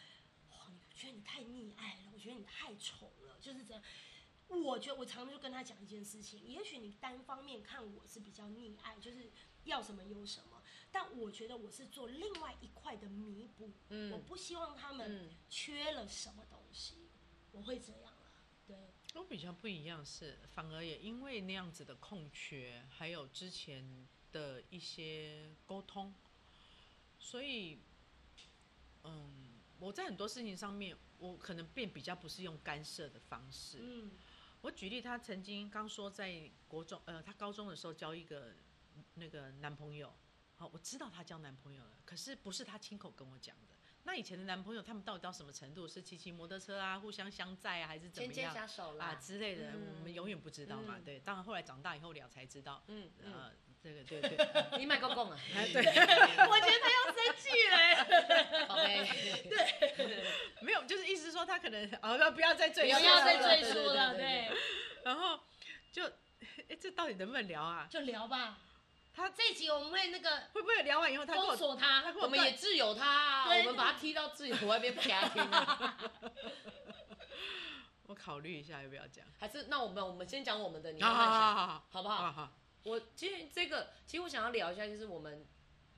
B: 哇，你我觉得你太溺爱了，我觉得你太宠了，就是这样。我觉得我常常就跟他讲一件事情，也许你单方面看我是比较溺爱，就是要什么有什么，但我觉得我是做另外一块的弥补，我
C: 嗯
B: 不希望他们
C: 嗯，
B: 缺了什么东西，我会这样啦。对，
A: 我比较不一样是，反而也因为那样子的空缺，还有之前的一些沟通，所以，嗯，我在很多事情上面，我可能变比较不是用干涉的方式。
B: 嗯，
A: 我举例，她曾经刚说在国中，呃，她高中的时候交一个那个男朋友，好，我知道她交男朋友了，可是不是她亲口跟我讲的。那以前的男朋友，他们到底到什么程度？是骑骑摩托车啊，互相相载啊，还是怎
C: 牵
A: 么
C: 牵
A: 样？
C: 小手
A: 啊
C: 啦。
A: 之类的，
C: 嗯
A: 我们永远不知道嘛。
C: 嗯
A: 对，当然后来长大以后了才知道，
C: 嗯嗯，
A: 呃，这个对对，啊
C: 你买个 供啊，
A: 对，
B: 我觉得要生气嘞，
C: 宝贝。
A: 没有，就是意思是说他可能哦，要不要再
B: 不
A: 赘述
C: 要
A: 了，
B: 要再
C: 对
B: 赘
C: 对
B: 述
C: 对
B: 了，
C: 对对
B: 对，
A: 然后就，哎，这到底能不能聊啊？
B: 就聊吧。
A: 他
B: 这一集我们会那个
A: 会不会聊完以后他跟
B: 封
A: 我
B: 锁他
A: 他，跟
C: 我们也
A: 断
C: 自由他、啊，
B: 对
C: 我们把他踢到自由外面啪踢啊。
A: 我考虑一下要不要讲？
C: 还是那我们我们先讲我们的，你
A: 好
C: 慢慢
A: 好
C: 想，
A: 好好
C: 好不
A: 好
C: 好？
A: 好，
C: 我其实这个，其实我想要聊一下，就是我们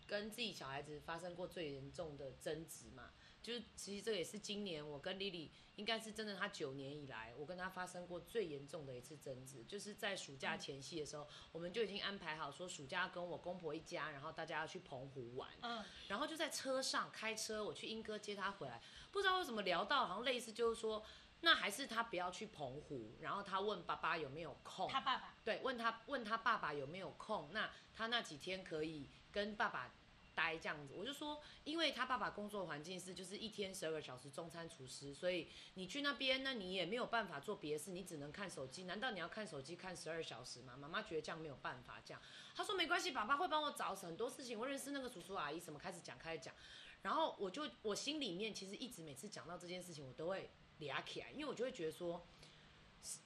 C: 跟自己小孩子发生过最严重的争执嘛。就是其实这个也是今年我跟 Lily 应该是真的，她九年以来我跟她发生过最严重的一次争执，就是在暑假前夕的时候，我们就已经安排好说暑假要跟我公婆一家，然后大家要去澎湖玩。
B: 嗯，
C: 然后就在车上开车，我去英哥接他回来，不知道为什么聊到好像类似就是说，那还是他不要去澎湖，然后他问爸爸有没有空，
B: 他爸爸，
C: 对，问他问他爸爸有没有空，那他那几天可以跟爸爸待这样子。我就说，因为他爸爸工作环境是就是一天十二个小时中餐厨师，所以你去那边，那你也没有办法做别的事，你只能看手机。难道你要看手机看十二小时吗？妈妈觉得这样没有办法。这样他说没关系，爸爸会帮我找很多事情，我认识那个叔叔阿姨，什么开始讲开始讲。然后我就我心里面其实一直每次讲到这件事情，我都会嗲起来，因为我就会觉得说。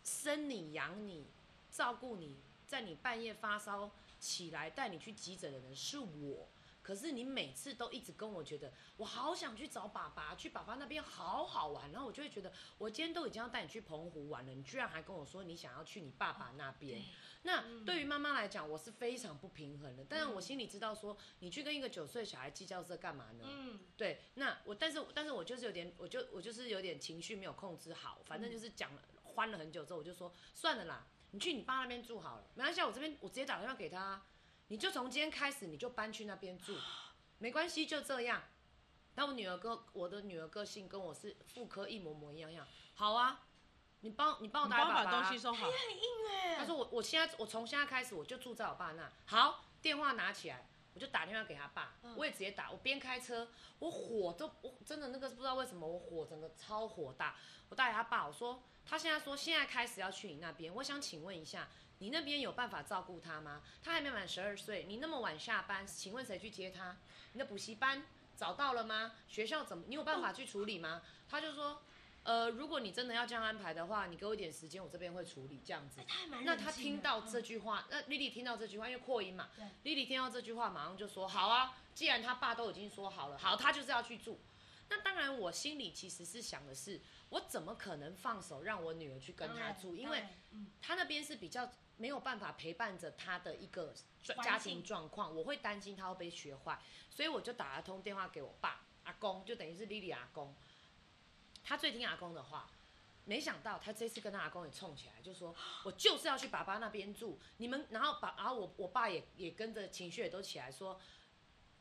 C: 生你养你照顾你，在你半夜发烧起来带你去急诊的人是我。可是你每次都一直跟我觉得，我好想去找爸爸，去爸爸那边好好玩，然后我就会觉得，我今天都已经要带你去澎湖玩了，你居然还跟我说你想要去你爸爸那边。那
A: 嗯
C: 对于妈妈来讲，我是非常不平衡的，但是我心里知道说，你去跟一个九岁小孩计较这干嘛呢？
B: 嗯，
C: 对，那我但是但是我就是有点，我就我就是有点情绪没有控制好，反
A: 嗯
C: 正就是讲了欢了很久之后，我就说算了啦，你去你爸那边住好了，没关系啊，我这边我直接打电话给他啊，你就从今天开始你就搬去那边住，没关系，就这样。那我女儿跟我的女儿个性跟我是妇科一模模一样样，好啊，你帮你帮我
A: 你
C: 打
A: 帮
C: 给
A: 我把
C: 爸爸啊
A: 东西收 好，
B: 很硬哎、
C: 他说我我现在我从现在开始我就住在我爸那，好，电话拿起来，我就打电话给他爸，
B: 嗯
C: 我也直接打，我边开车，我火都我真的那个不知道为什么我火整个超火大，我打给他爸，我说他现在说现在开始要去你那边，我想请问一下，你那边有办法照顾他吗？他还没满十二岁，你那么晚下班，请问谁去接他？你的补习班找到了吗？学校怎么？你有办法去处理吗？他就说。呃，如果你真的要这样安排的话，你给我一点时间，我这边会处理这样子
B: 哎。他还蛮
C: 那
B: 冷
C: 他
B: 静
C: 听
B: 的
C: 到
B: 嗯
C: 这句话，那 Lily 听到这句话，因为扩音嘛
B: 对
C: ，Lily 听到这句话，马上就说：“好啊，既然他爸都已经说好了，好，他就是要去住。”那当然，我心里其实是想的是，我怎么可能放手让我女儿去跟
B: 当
C: 他
B: 然
C: 住？因
B: 当
C: 为
B: 然嗯
C: 他那边是比较没有办法陪伴着他的一个专
B: 环
C: 家
B: 境
C: 庭状况，我会担心他会被学坏，所以我就打了通电话给我爸阿公，就等于是 Lily 阿公，他最听阿公的话。没想到他这次跟他阿公也冲起来，就说：“我就是要去爸爸那边住，你们。”然后爸，然后我我爸也也跟着情绪也都起来说：“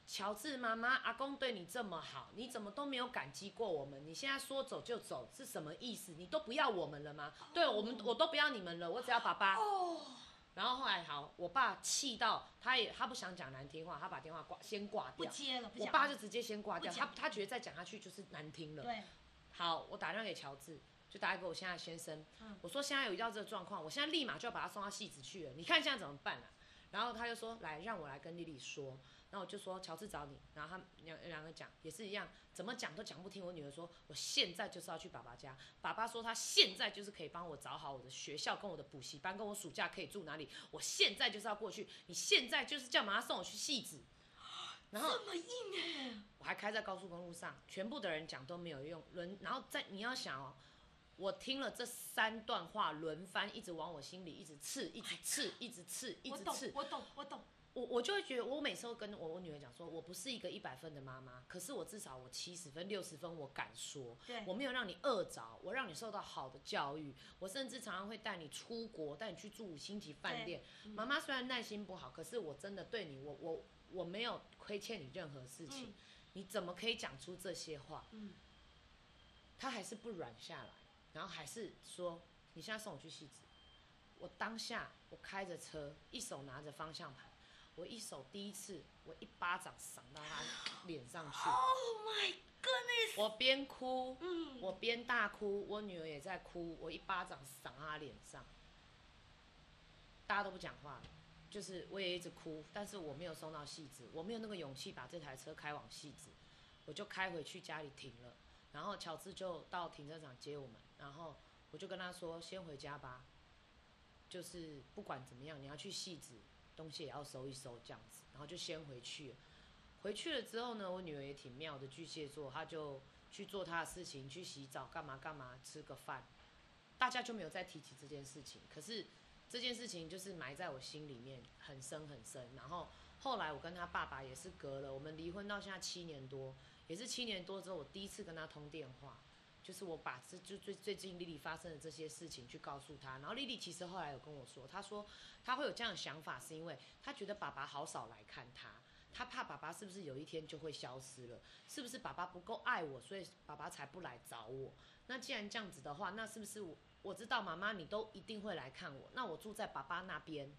C: 乔治妈妈，阿公对你这么好，你怎么都没有感激过我们？你现在说走就走是什么意思？你都不要我们了吗？对我们，我都不要你们了，我只要爸爸。
B: 哦，
C: 然后后来好，我爸气到他也他不想讲难听话，他把电话挂先挂
B: 不
C: 掉。
B: 接了，不
C: 我
B: 讲
C: 爸
B: 了
C: 就直接先挂掉，
B: 不
C: 他
B: 讲
C: 他觉得再讲下去就是难听了。
B: 对，
C: 好，我打电话给乔治，就打给我现在的先生，
B: 嗯
C: 我说现在有遇到这个状况，我现在立马就要把他送到戏子去了，你看现在怎么办啊？然后他就说来，让我来跟丽丽说。然后我就说乔治找你，然后他们两两个讲也是一样，怎么讲都讲不听。我女儿说我现在就是要去爸爸家，爸爸说他现在就是可以帮我找好我的学校跟我的补习班，跟我暑假可以住哪里，我现在就是要过去，你现在就是叫妈妈送我去戏子。然后
B: 这么硬哎、
C: 我还开在高速公路上，全部的人讲都没有用，轮然后在你要想哦，我听了这三段话轮番一直往我心里一直刺，一直刺，一直刺，一
B: 哎我
C: 直
B: 懂
C: 刺，，
B: 我懂，我懂，
C: 我我就会觉得，我每次都跟我我女儿讲说，我不是一个一百分的妈妈，可是我至少我七十分、六十分我敢说，
B: 对
C: 我没有让你饿着，我让你受到好的教育，我甚至常常会带你出国，带你去住五星级饭店。
B: 嗯
C: 妈妈虽然耐心不好，可是我真的对你，我我我没有亏欠你任何事情，
B: 嗯
C: 你怎么可以讲出这些话？
B: 嗯，
C: 他还是不软下来，然后还是说：“你现在送我去戏子。”我当下我开着车，一手拿着方向盘，我一手第一次我一巴掌赏到他脸上去，
B: Oh my goodness！
C: 我边哭，
B: 嗯，
C: 我边大哭，我女儿也在哭，我一巴掌赏她脸上，大家都不讲话了，就是我也一直哭，但是我没有送到戏子，我没有那个勇气把这台车开往戏子，我就开回去家里停了，然后乔治就到停车场接我们，然后我就跟他说先回家吧，就是不管怎么样，你要去戏子，东西也要收一收这样子，然后就先回去了。回去了之后呢，我女儿也挺妙的，巨蟹座，她就去做她的事情，去洗澡，干嘛干嘛，吃个饭，大家就没有再提起这件事情。可是这件事情就是埋在我心里面很深很深。然后后来我跟她爸爸也是隔了，我们离婚到现在七年多，也是七年多之后，我第一次跟她通电话。就是我把这就最最近丽丽发生的这些事情去告诉她，然后丽丽其实后来有跟我说，她说她会有这样的想法，是因为她觉得爸爸好少来看她，她怕爸爸是不是有一天就会消失了，是不是爸爸不够爱我，所以爸爸才不来找我？那既然这样子的话，那是不是我我知道妈妈你都一定会来看我，那我住在爸爸那边，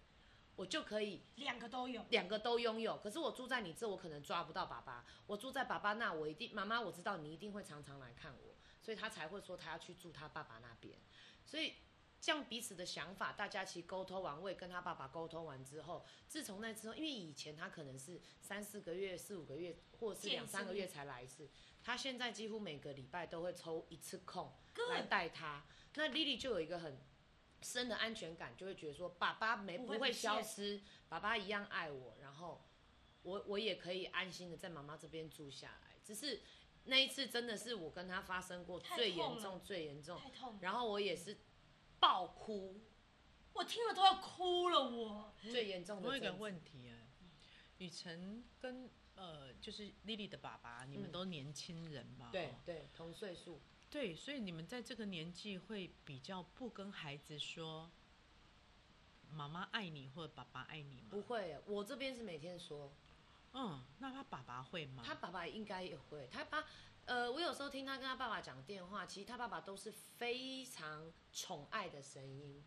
C: 我就可以
B: 两个都有，
C: 两个都拥有，可是我住在你这，我可能抓不到爸爸；我住在爸爸那，我一定妈妈，我知道你一定会常常来看我，所以他才会说他要去住他爸爸那边。所以这样彼此的想法，大家其实沟通完，我也跟他爸爸沟通完之后，自从那之后，因为以前他可能是三四个月、四五个月，或者是
B: 见一
C: 两
B: 次
C: 三个
B: 面
C: 月才来一次，他现在几乎每个礼拜都会抽一次空
B: Good
C: 来带他。那 Lily 就有一个很深的安全感，就会觉得说爸爸没
B: 不
C: 不
B: 会
C: 会
B: 不见
C: 消失，爸爸一样爱我，然后我我也可以安心的在妈妈这边住下来。只是那一次真的是我跟他发生过
B: 太
C: 最
B: 痛
C: 严
B: 了
C: 重、最严重
B: 太，痛了，
C: 哦然后我也是爆哭，
B: 我听了都要哭了我。
C: 最严重的。
A: 我有一个，问题哎、雨辰跟呃，就是丽丽的爸爸，你们
C: 嗯
A: 都年轻人嘛？
C: 对
A: 哦
C: 对，同岁数，
A: 对，所以你们在这个年纪会比较不跟孩子说“妈妈爱你”或者“爸爸爱你”吗？
C: 不。会，我这边是每天说，
A: 嗯，那他爸爸会吗？
C: 他爸爸应该也会，他爸。呃，我有时候听他跟他爸爸讲电话，其实他爸爸都是非常宠爱的声音，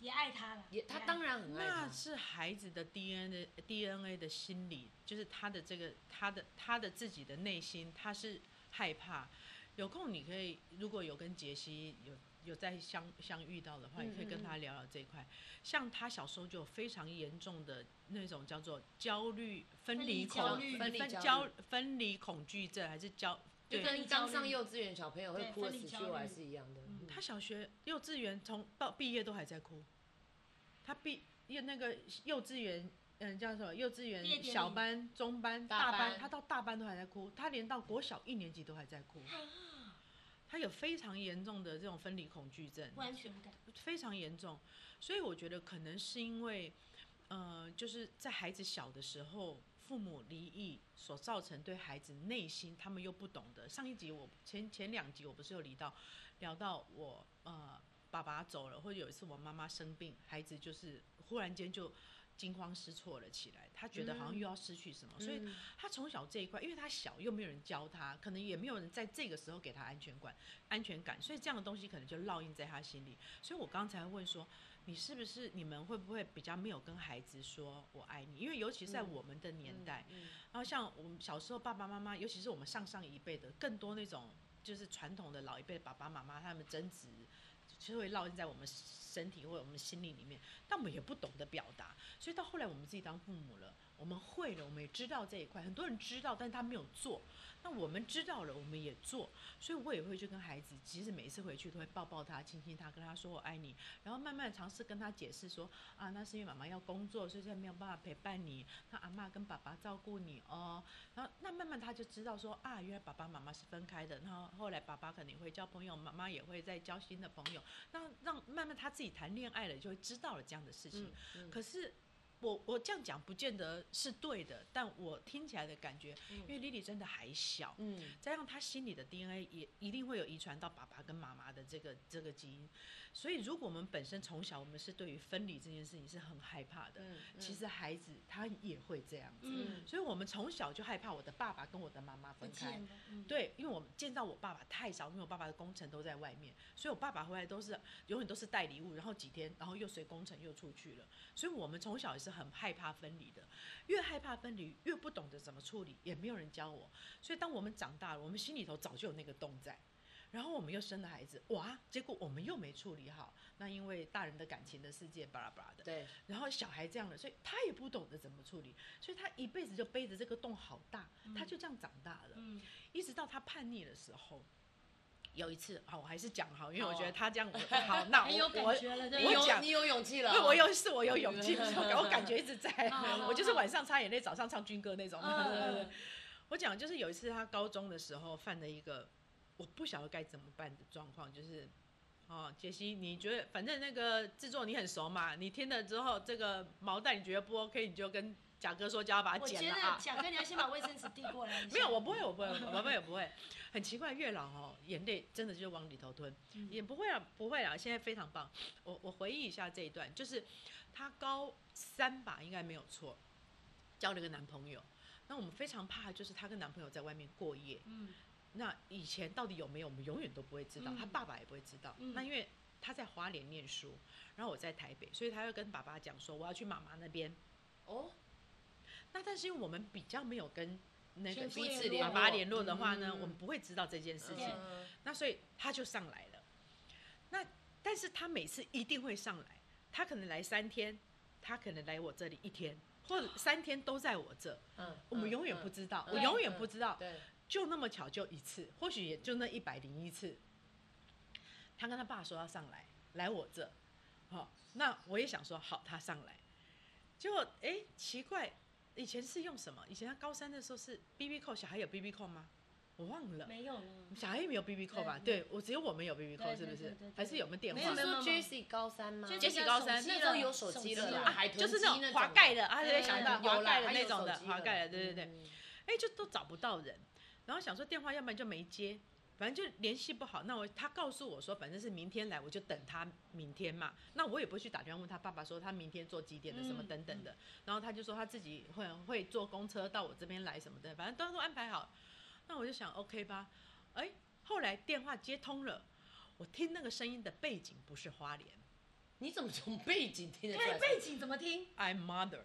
B: 也爱他了，
C: 也他当
B: 然
C: 然很爱他
A: 啊那。是孩子的 DNA 的 DNA 的心理，就是他的这个他的他的自己的内心，他是害怕。有空你可以，如果有跟杰西有有在相相遇到的话，
C: 嗯
A: 你可以跟他聊聊这一块。像他小时候就有非常严重的那种叫做焦虑分
B: 分
A: 离
B: 离
A: 恐
B: 焦虑
A: 分
C: 分离焦
A: 焦
C: 虑
A: 分离恐惧症，还是焦
C: 就
A: 对
C: 跟刚上幼稚园小朋友会
B: 对
C: 哭的
B: 分离
C: 死去
B: 焦虑
C: 活来是一样的。嗯
A: 他小学、幼稚园从到毕业都还在哭，他毕业那个幼稚园，嗯，叫什么？幼稚
B: 毕业典
A: 园
B: 礼
A: 小班、中班、
C: 大
A: 大
C: 班
A: 他到大班都还在哭，他连到国小一年级都还在哭。
B: 啊
A: 他有非常严重的这种分离恐惧症，
B: 不安全感，
A: 非常严重，所以我觉得可能是因为，呃，就是在孩子小的时候，父母离异所造成对孩子内心他们又不懂得。上一集我前前两集我不是有聊到聊到我呃爸爸走了，或者有一次我妈妈生病，孩子就是忽然间就惊慌失措了起来，他觉得好像
C: 嗯
A: 又要失去什么，所以
C: 嗯
A: 他从小这一块，因为他小又没有人教他，可能也没有人在这个时候给他安全感，安全感，所以这样的东西可能就烙印在他心里。所以我刚才问说，你是不是你们会不会比较没有跟孩子说我爱你？因为尤其是在
C: 嗯
A: 我们的年代，
C: 嗯
A: 然后像我们小时候爸爸妈妈，尤其是我们上上一辈的，更多那种就是传统的老一辈的爸爸妈妈他们争执，就会烙印在我们身体或者我们心里里面，但我们也不懂得表达，所以到后来我们自己当父母了，我们会了，我们也知道这一块，很多人知道，但他没有做，那我们知道了，我们也做，所以我也会去跟孩子，其实每一次回去都会抱抱他、亲亲他，跟他说我爱你，然后慢慢地尝试跟他解释说啊，那是因为妈妈要工作，所以现在没有办法陪伴你，那阿妈跟爸爸照顾你哦。然后那慢慢他就知道说啊，原来爸爸妈妈是分开的，然后后来爸爸肯定会交朋友，妈妈也会再交新的朋友，那让慢慢他自己谈恋爱了，就会知道了这样的事情。
C: 嗯嗯
A: 可是我我这样讲不见得是对的，但我听起来的感觉，因为 Lily 真的还小，
C: 嗯，
A: 再让他心里的 DNA 也一定会有遗传到爸爸跟妈妈的这个这个基因，所以如果我们本身从小我们是对于分离这件事情是很害怕的，
C: 嗯
A: 其实孩子他也会这样子，
B: 嗯，
A: 所以我们从小就害怕我的爸爸跟我的妈妈
B: 不
A: 分开
B: 见，了，嗯，
A: 对，因为我们见到我爸爸太少，因为我爸爸的工程都在外面，所以我爸爸回来都是永远都是带礼物，然后几天，然后又随工程又出去了。所以我们从小也是很害怕分离的，越害怕分离，越不懂得怎么处理，也没有人教我。所以当我们长大了，我们心里头早就有那个洞在。然后我们又生了孩子，哇！结果我们又没处理好，那因为大人的感情的世界，巴拉巴拉的。
C: 对，
A: 然后小孩这样了，所以他也不懂得怎么处理，所以他一辈子就背着这个洞好大，他就这样长大了。
B: 嗯，
A: 一直到他叛逆的时候，有一次，好，我还是讲好，因为我
C: 好啊
A: 觉得他这样，我好，
C: 啊
A: 那
B: 很有
A: 我
B: 感
A: 我。
B: 觉了，
A: 我
B: 对
C: 你
B: 不对，
C: 有
A: 讲
C: 你有勇气了
A: 因
C: 哦，
A: 为我有是我有勇气，所以我我感觉一直在
B: 好好，好
A: 我就是晚上擦眼泪，早上唱军歌那种。
B: 嗯
A: 对对对我讲就是有一次他高中的时候犯了一个我不晓得该怎么办的状况，就是哦，杰西，你觉得反正那个制作你很熟嘛，你听了之后这个毛蛋你觉得不 OK，你就跟贾哥说叫他把它
B: 我
A: 剪
B: 觉
A: 了
B: 得
A: 啊。
B: 贾哥，你要先把卫生纸递过 来一 下，
A: 没有，我不会，我不会，我不会，我不会。很奇怪，月老哦，眼泪真的就往里头吞，
B: 嗯
A: 也不会啊，不会啊，现在非常棒。我我回忆一下这一段，就是她高三吧，应该没有错，交了个男朋友。那我们非常怕，就是她跟男朋友在外面过夜。
B: 嗯，
A: 那以前到底有没有，我们永远都不会知道，
B: 嗯
A: 她爸爸也不会知道。
B: 嗯
A: 那因为她在花莲念书，然后我在台北，所以她要跟爸爸讲说我要去妈妈那边。
C: 哦，
A: 那但是因为我们比较没有跟那个
B: 全部
A: 彼
B: 联
A: 此
B: 络
A: 联爸爸联络的话呢，
C: 嗯
A: 我们不会知道这件事情。
C: 嗯
A: 那所以他就上来了。那但是他每次一定会上来，他可能来三天，他可能来我这里一天，或者三天都在我这，
C: 啊嗯，
A: 我们永远
C: 嗯
A: 不知道，
C: 嗯
A: 我永远不知道，
C: 对，
A: 就那么巧就一次，或许也就那一百零一次。他跟他爸说要上来，来我这，然好、那我也想说好，他上来，结果哎、诶奇怪，以前是用什么？以前他高三的时候是 B B 扣，小孩有 B B 扣吗？我忘了，
B: 没有了，
A: 小孩也没有 B B 扣吧？
B: 对
A: 对我只有我们有 B B 扣，
B: 对
A: 是不
B: 对对
A: 是
B: 对对？
A: 还是有没有电话
B: 没有？
C: 是
B: 没有
C: 说
B: 没有
C: Jessie 高三吗
B: Jessie
A: 杰西高三
B: 手机
C: 那
B: 了
C: 时候有手机啊了
B: 手
C: 啦，
B: 机了
C: 海豚
A: 就是那种
C: 机种
A: 滑盖的，啊，对，
B: 对
A: 想
B: 对
A: 到
B: 对
A: 滑
C: 有啦
A: 盖的
C: 还
A: 那
C: 有
A: 种
C: 手
A: 的，
C: 机
A: 滑
C: 了
A: 盖的，对对对。
C: 嗯
A: 哎、就都找不到人，然后想说电话，要不然就没接，反正就联系不好。那我他告诉我说，反正是明天来，我就等他明天嘛。那我也不会去打电话问他爸爸说他明天坐几点的什么
B: 嗯
A: 等等的。然后他就说他自己会会坐公车到我这边来什么的，反正都都安排好。那我就想 OK 吧，哎、后来电话接通了，我听那个声音的背景不是花莲
C: 你怎么从背景听得出
B: 看
C: 来？
B: 背景怎么听，
A: ，I'm mother，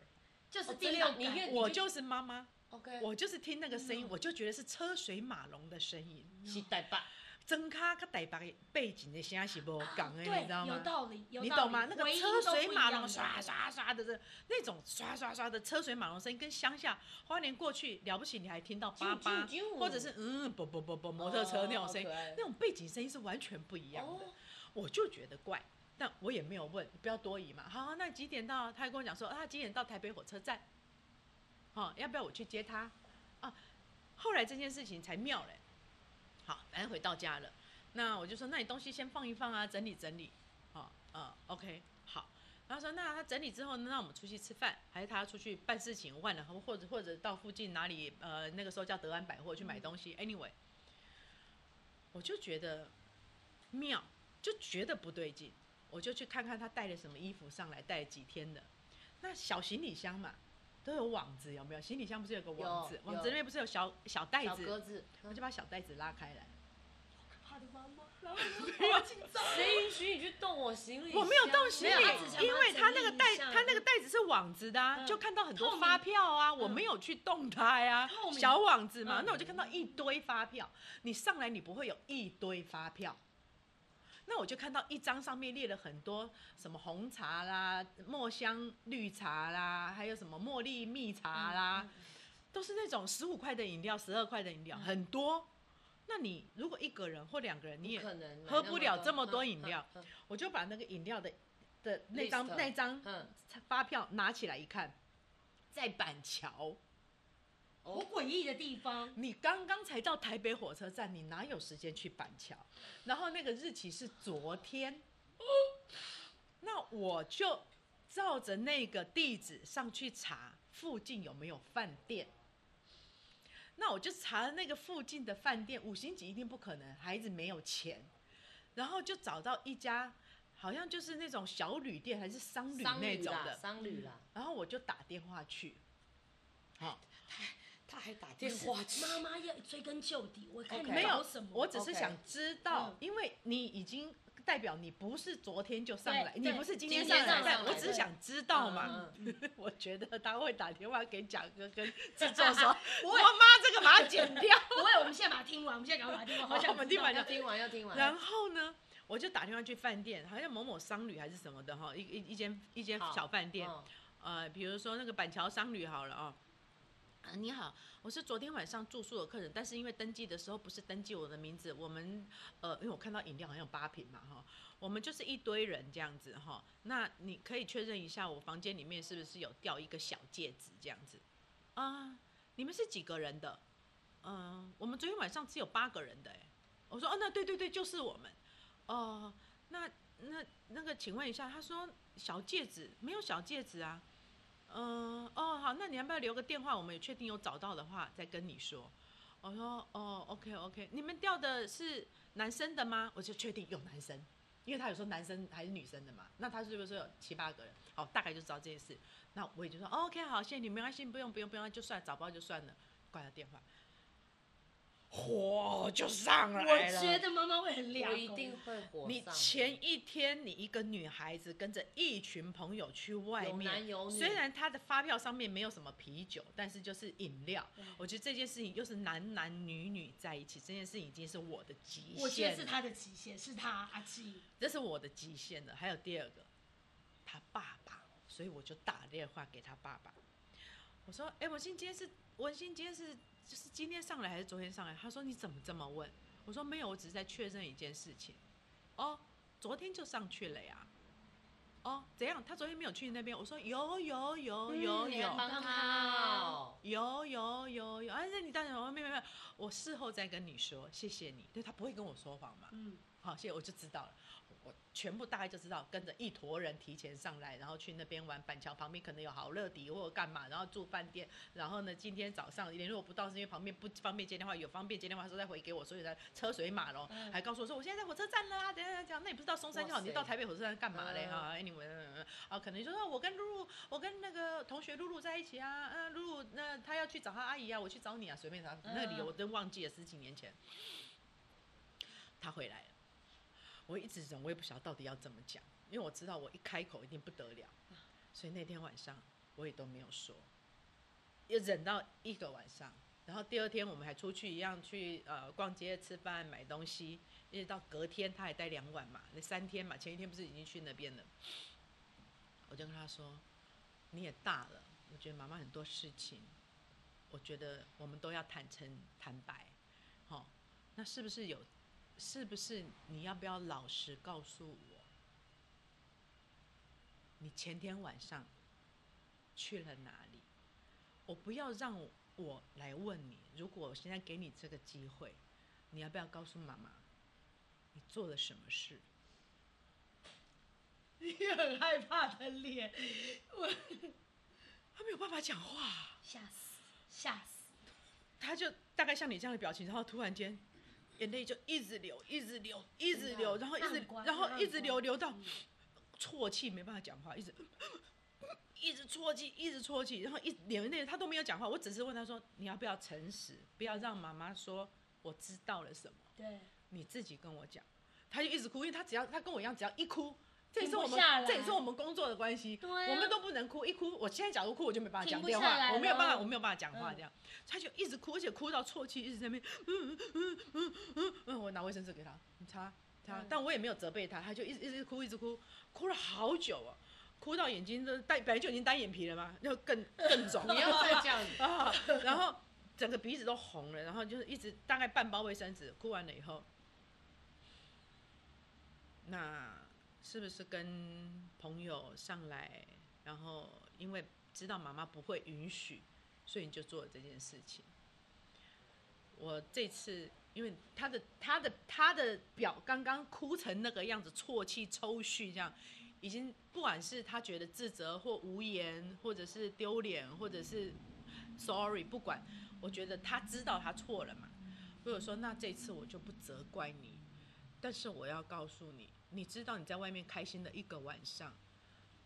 B: 就是
C: 哦
B: 第
C: 真
B: 六
C: 的
B: 感，
C: 你越
A: 我就是妈妈，
C: OK，
A: 我就是听那个声音，我就觉得是车水马龙的声音。
C: 是台北，
A: 真卡跟台北背景的声是无共的，你知道
B: 啊对，有
A: 吗？
B: 道理，有
A: 你
B: 道
A: 懂
B: 理
A: 吗？那个
B: 回音
A: 车
B: 都
A: 水
B: 不一
A: 马
B: 样
A: 龙刷刷刷的这那种刷刷刷的车水马龙声音，跟乡下花莲过去了 不起，你还听到叭叭
C: 啾啾啾，
A: 或者是嗯不不不不摩托车那种声音
C: 哦好可爱，
A: 那种背景声音是完全不一样
B: 哦
A: 的。 我就觉得怪，但我也没有问，不要多疑嘛。好，那几点到？他还跟我讲说，啊，几点到台北火车站？哦，要不要我去接他？啊，后来这件事情才妙嘞。好，反正回到家了，那我就说，那你东西先放一放啊，整理整理。哦，嗯，OK，好。然后说，那他整理之后呢，那我们出去吃饭，还是他要出去办事情，忘了，或者或者到附近哪里，呃，那个时候叫德安百货去买东西。Anyway，我就觉得妙，就觉得不对劲，我就去看看他带了什么衣服上来，带了几天的。那小行李箱嘛，都有网子，有没有？行李箱不是有个网子
C: 有，
A: 网
C: 有
A: 子那边不是有小小袋
C: 小鸽
A: 子？
C: 子，
A: 我就把小袋子拉开来，
B: 怕的妈妈，然后我好紧张。
C: 谁允许你去动我行李箱？
A: 我没有动行
B: 没有他只想
A: 李，因
B: 把
A: 为
B: 它
A: 他
B: 整
A: 那个
B: 理一
A: 袋，
B: 下
A: 他那个袋子是网子的、啊，
B: 嗯
A: 就看到很多
B: 透
A: 发
B: 明嗯
A: 票啊，我没有去动它呀、
B: 透明
A: 小网子嘛，
B: 嗯
A: 那我就看到一堆发票，你上来你不会有一堆发票。那我就看到一张上面列了很多什么红茶啦、墨香绿茶啦，还有什么茉莉蜜
B: 嗯
A: 茶啦，都是那种十五块的饮料、十二块的饮
B: 嗯
A: 料，很多。那你如果一个人或两个人，你也
C: 不可能买啊
A: 喝
C: 那
A: 不
C: 么
A: 了
C: 多
A: 这么多
C: 嗯
A: 饮料
C: 嗯嗯
A: 我就把那个饮料的的那
C: List
A: 张那张
C: 嗯
A: 发票拿起来一看，在板桥。哦
B: 好诡异的地方，
A: 你刚刚才到台北火车站，你哪有时间去板桥？然后那个日期是昨天，那我就照着那个地址上去查附近有没有饭店。那我就查了那个附近的饭店，五星级一定不可能，孩子没有钱，然后就找到一家好像就是那种小旅店还是商旅
C: 商
A: 那
C: 旅
A: 种
C: 啦，
A: 的，
C: 商旅啦，
A: 然后我就打电话去，好。
C: 他还打电话去，
B: 妈妈要追根究底，我看你
C: OK
A: 没有
B: 搞什么，，
A: 我只是
C: OK
A: 想知道
B: 嗯，
A: 因为你已经代表你不是昨天就上来，
B: 对
A: 你
B: 对
A: 不是今天
C: 今
A: 上
C: 天
A: 来，
C: 上
A: 但
C: 来
A: 我只是
C: 对
A: 想知道嘛
C: 嗯。
A: 我觉得他会打电话给蒋哥跟制作说，我妈这个把它剪掉。
B: 不会，我们现在把它听完，我们现在赶快把它 听完，好想
A: 我们听完
B: 知
A: 了
B: 道
C: 要听完要听完。
A: 然后呢，我就打电话去饭店，好像某某商旅还是什么的哈，一一一间一间
C: 好
A: 小饭店，
C: 嗯
A: 呃，比如说那个板桥商旅好了哦。啊，你好，我是昨天晚上住宿的客人，但是因为登记的时候不是登记我的名字，我们呃，因为我看到饮料好像有八瓶嘛哈，我们就是一堆人这样子哈。那你可以确认一下，我房间里面是不是有掉一个小戒指这样子？啊，你们是几个人的？嗯、我们昨天晚上只有八个人的哎、我说哦，那对对对，就是我们。哦，那那那个，请问一下，他说小戒指没有小戒指啊？嗯、哦，好，那你要不要留个电话？我们也确定有找到的话，再跟你说。我说哦，OK OK，你们掉的是男生的吗？我就确定有男生，因为他有说男生还是女生的嘛。那他是不是说有七八个人？好，大概就知道这件事。那我也就说、哦 OK，好，谢谢你，没关系，不用不用不用，就算找不到就算了，挂了电话。火就上来了，
B: 我觉得妈妈会很凉，
C: 我一定会火
A: 你
C: 上
A: 前一天你一个女孩子跟着一群朋友去外面，
C: 有男有女
A: 虽然她的发票上面没有什么啤酒，但是就是饮料。
C: 嗯
A: 我觉得这件事情又是男男女女在一起，这件事情已经是我的极
B: 我觉
A: 限
B: 得是
A: 了，
B: 他的极限，是他阿基。
A: 这是我的极限了。还有第二个，他爸爸，所以我就打电话给他爸爸，我说：“哎、文心今天是文心今天是就是今天上来还是昨天上来？”他说：“你怎么这么问？”我说：“没有，我只是在确认一件事情。”哦，昨天就上去了呀。哦，怎样？他昨天没有去你那边？我说有有有有
C: 嗯你
A: 有
C: 还帮他哦，
A: 有有有有，哎，那你当然没有没有没有，我事后再跟你说，谢谢你，对他不会跟我说谎嘛。
B: 嗯，
A: 好，谢谢，我就知道了。我全部大概就知道，跟着一坨人提前上来，然后去那边玩板桥旁边可能有好乐迪或者干嘛，然后住饭店，然后呢今天早上联络不到是因为旁边不方便接电话，有方便接电话的时候再回给我，所以呢车水马龙，
B: 嗯
A: 还告诉我说我现在在火车站啦、等一下等一下那你不是到松山就好，
C: 哇塞
A: 你到台北火车站干嘛嘞
C: 嗯
A: 哈、a n y w a y 啊，可能就说我跟露露，我跟那个同学露露在一起啊，嗯、露露那她要去找她阿姨啊，我去找你啊，随便啥，那个理由我真忘记了，十几年前，她回来了。我一直忍，我也不晓得到底要怎么讲，因为我知道我一开口一定不得了，所以那天晚上我也都没有说，也忍到一个晚上。然后第二天我们还出去一样去呃逛街、吃饭、买东西，一直到隔天他还待两晚嘛，那三天嘛，前一天不是已经去那边了？我就跟他说：“你也大了，我觉得妈妈很多事情，我觉得我们都要坦诚坦白，好、那是不是有是不是你要不要老实告诉我，你前天晚上去了哪里？我不要让我来问你。如果我现在给你这个机会，你要不要告诉妈妈你做了什么事？
B: 你很害怕的脸，我
A: 他没有办法讲话，啊
B: 吓死，吓死，
A: 他就大概像你这样的表情，然后突然间眼泪就一直流，一直流，一直流，然后一
B: 那
A: 直
B: 很乖
A: 然
B: 那
A: 后
B: 很
A: 一直
B: 乖
A: 流流到啜泣，没办法讲话，一直 一直啜泣，一直啜泣，然后一眼泪他都没有讲话，我只是问他说你要不要诚实，不要让妈妈说我知道了什么，
B: 对，
A: 你自己跟我讲。他就一直哭，因为他只要他跟我一样，只要一哭。这也是我
B: 停不
A: 们
B: 下来，
A: 这也是我们工作的关系，
B: 对啊
A: 我们都不能哭。一哭，我现在假如哭，我就没办法
B: 停
A: 讲
B: 不
A: 电
B: 下来
A: 话，我没有办法，
B: 了
A: 我没有办法讲话
B: 嗯
A: 这样。他就一直哭，而且哭到啜泣，一直在那边，嗯嗯嗯嗯嗯，我拿卫生纸给他，你擦擦
B: 嗯，
A: 但我也没有责备他，他就一直一直哭，一直哭，哭了好久哦，哭到眼睛都单，本来就已经单眼皮了嘛，就更更 肿，
C: 不要再这 样子，
A: 啊， 然后整个鼻子都红了，然后就是一直大概半包卫生纸，哭完了以后，那是不是跟朋友上来，然后因为知道妈妈不会允许，所以你就做了这件事情？我这次因为他的他的他的表刚刚哭成那个样子，啜泣抽搐这样，已经不管是他觉得自责或无言，或者是丢脸，或者是 sorry，不管，我觉得他知道他错了嘛。所以我说，那这次我就不责怪你，但是我要告诉你，你知道你在外面开心的一个晚上，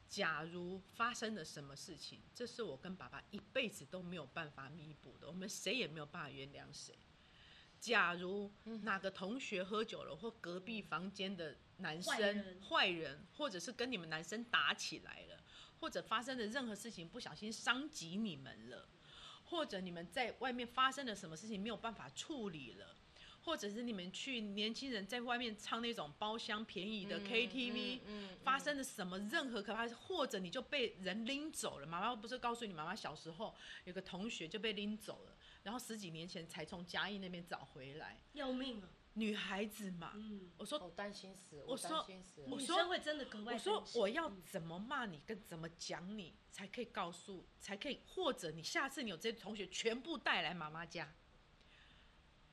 A: 假如发生了什么事情，这是我跟爸爸一辈子都没有办法弥补的，我们谁也没有办法原谅谁。假如
B: 嗯
A: 哪个同学喝酒了，或隔壁房间的男生
B: 坏人
A: 坏人，或者是跟你们男生打起来了，或者发生的任何事情不小心伤及你们了，或者你们在外面发生了什么事情没有办法处理了，或者是你们去年轻人在外面唱那种包厢便宜的 KTV，、
C: 嗯
A: 发生了什么任何可怕的事，或者你就被人拎走了。妈妈不是告诉你，妈妈小时候有个同学就被拎走了，然后十几年前才从嘉义那边找回来，
B: 要命啊！
A: 女孩子嘛。
B: 嗯，
A: 我说
C: 好哦担心死，
A: 我说
C: 担心死了
A: 我
B: 女
A: 说
B: 生会真的格外
A: 我说
B: 珍惜
A: 我要
B: 嗯
A: 怎么骂你，跟怎么讲你，才可以告诉，才可以，或者你下次你有这些同学全部带来妈妈家，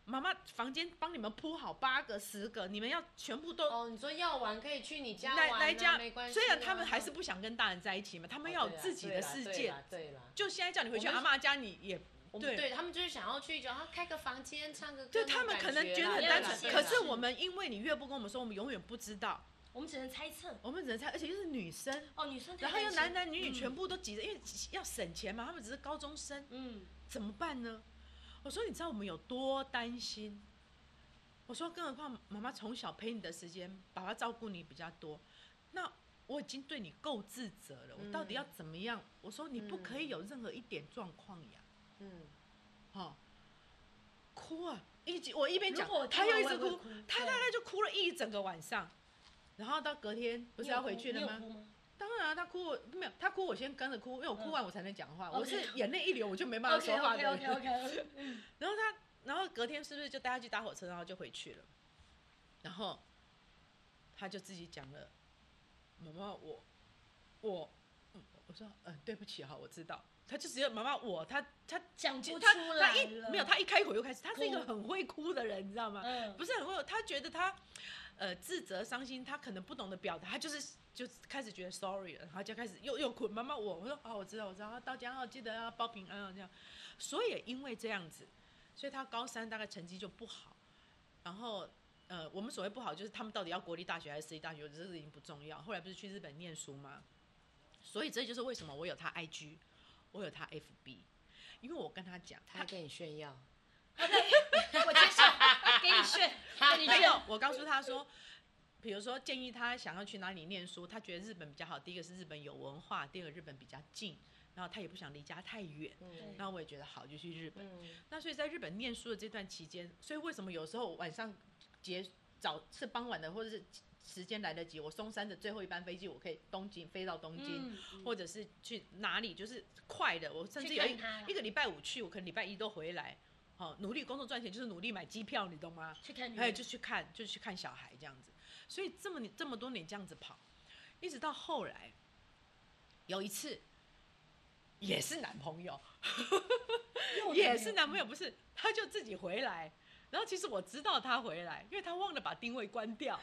A: 妈妈房间帮你们铺好八个、十个，你们要全部都
C: 哦，你说要玩可以去你家玩
A: 来
C: 啊，
A: 来家
C: 没关。系啊。
A: 虽然他们还是不想跟大人在一起嘛，他
C: 他
A: 们要有自己的世界。
C: 啊对啦，
A: 就现在叫你回去
C: 我们
A: 阿妈家，你也
C: 我们
A: 对
C: 对他们就是想要去，然后开个房间唱个
A: 就
C: 歌那种感觉啦，
A: 他们可能觉得很
C: 对啦
A: 单
C: 对
A: 纯，
C: 啦
A: 可是我们因为你越不跟我们说，我们永远不知道，
B: 我们只能猜测
A: 我们只能猜，而且又是女生。
B: 哦，女生太
A: 然后又
B: 担
A: 男
B: 心
A: 男女女全部都挤着，因为要省钱嘛，他们只是高中生，
B: 嗯，
A: 怎么办呢？我说，你知道我们有多担心？我说，更何况妈妈从小陪你的时间，爸爸照顾你比较多，那我已经对你够自责了，
B: 嗯
A: 我到底要怎么样？我说，你不可以有任何一点状况呀，
C: 嗯，
A: 哦，哭啊！一直我一边讲
B: 如果我，
A: 他
B: 听
A: 又
B: 完
A: 一直
B: 我也
A: 哭
B: 会哭，
A: 他
B: 对
A: 大概就哭了一整个晚上，然后到隔天不
B: 不
A: 是要回去了吗？
B: 吗？
A: 当然、啊，他哭我没有，他哭我先跟着哭，因为我哭完我才能讲话。我是
B: OK
A: 眼泪一流我就没办法说话的
B: OK
A: 人。
B: OK OK，
A: 然后他，然后隔天是不是就带他去搭火车，然后就回去了？然后他就自己讲了，妈妈，我我，嗯我说，呃，对不起哈，我知道。他就只有妈妈我，他他
B: 讲不
A: 他
B: 出
A: 他
B: 来
A: 一
B: 了
A: 没有，他一开口就开始，他是一个
B: 哭
A: 很会哭的人，你知道吗？
B: 嗯
A: 不是很会，他觉得他呃自责、伤心，他可能不懂得表达，他就是就开始觉得 sorry 了，然后就开始又又哭，妈妈我，我说哦，我知道，我知道，到家要记得要报平安啊这样。所以也因为这样子，所以他高三大概成绩就不好，然后。呃，我们所谓不好，就是他们到底要国立大学还是私立大学，这个已经不重要。后来不是去日本念书吗？所以这就是为什么我有他 IG，我有他 FB，因为我跟他讲，
C: 他还跟你炫耀，
B: 我接受， 给你炫，
C: 他
B: 给你
A: 没
B: 炫
A: 有，，我告诉他说，比如说建议他想要去哪里念书，他觉得日本比较好。第一个是日本有文化，第二个日本比较近，然后他也不想离家太远。
C: 嗯
B: 对
A: 那我也觉得好，就去日本。
C: 嗯，
A: 那所以在日本念书的这段期间，所以为什么有时候晚上结早是傍晚的，或者是时间来得及，我松山的最后一班飞机，我可以东京飞到东京，
B: 嗯，
A: 或者是去哪里，就是快的。我甚至
B: 去
A: 有
B: 看
A: 一
B: 他啦
A: 一个礼拜五去，我可能礼拜一都回来。好、努力工作赚钱就是努力买机票，你懂吗？
B: 去看女
A: 哎，
B: 人，
A: 就去看，就去看小孩这样子。所以这么这么多年这样子跑，一直到后来，有一次也是男朋友，
B: 又
A: 也
B: 来
A: 是
B: 了
A: 男朋友，不是，他就自己回来。然后其实我知道他回来，因为他忘了把定位关掉。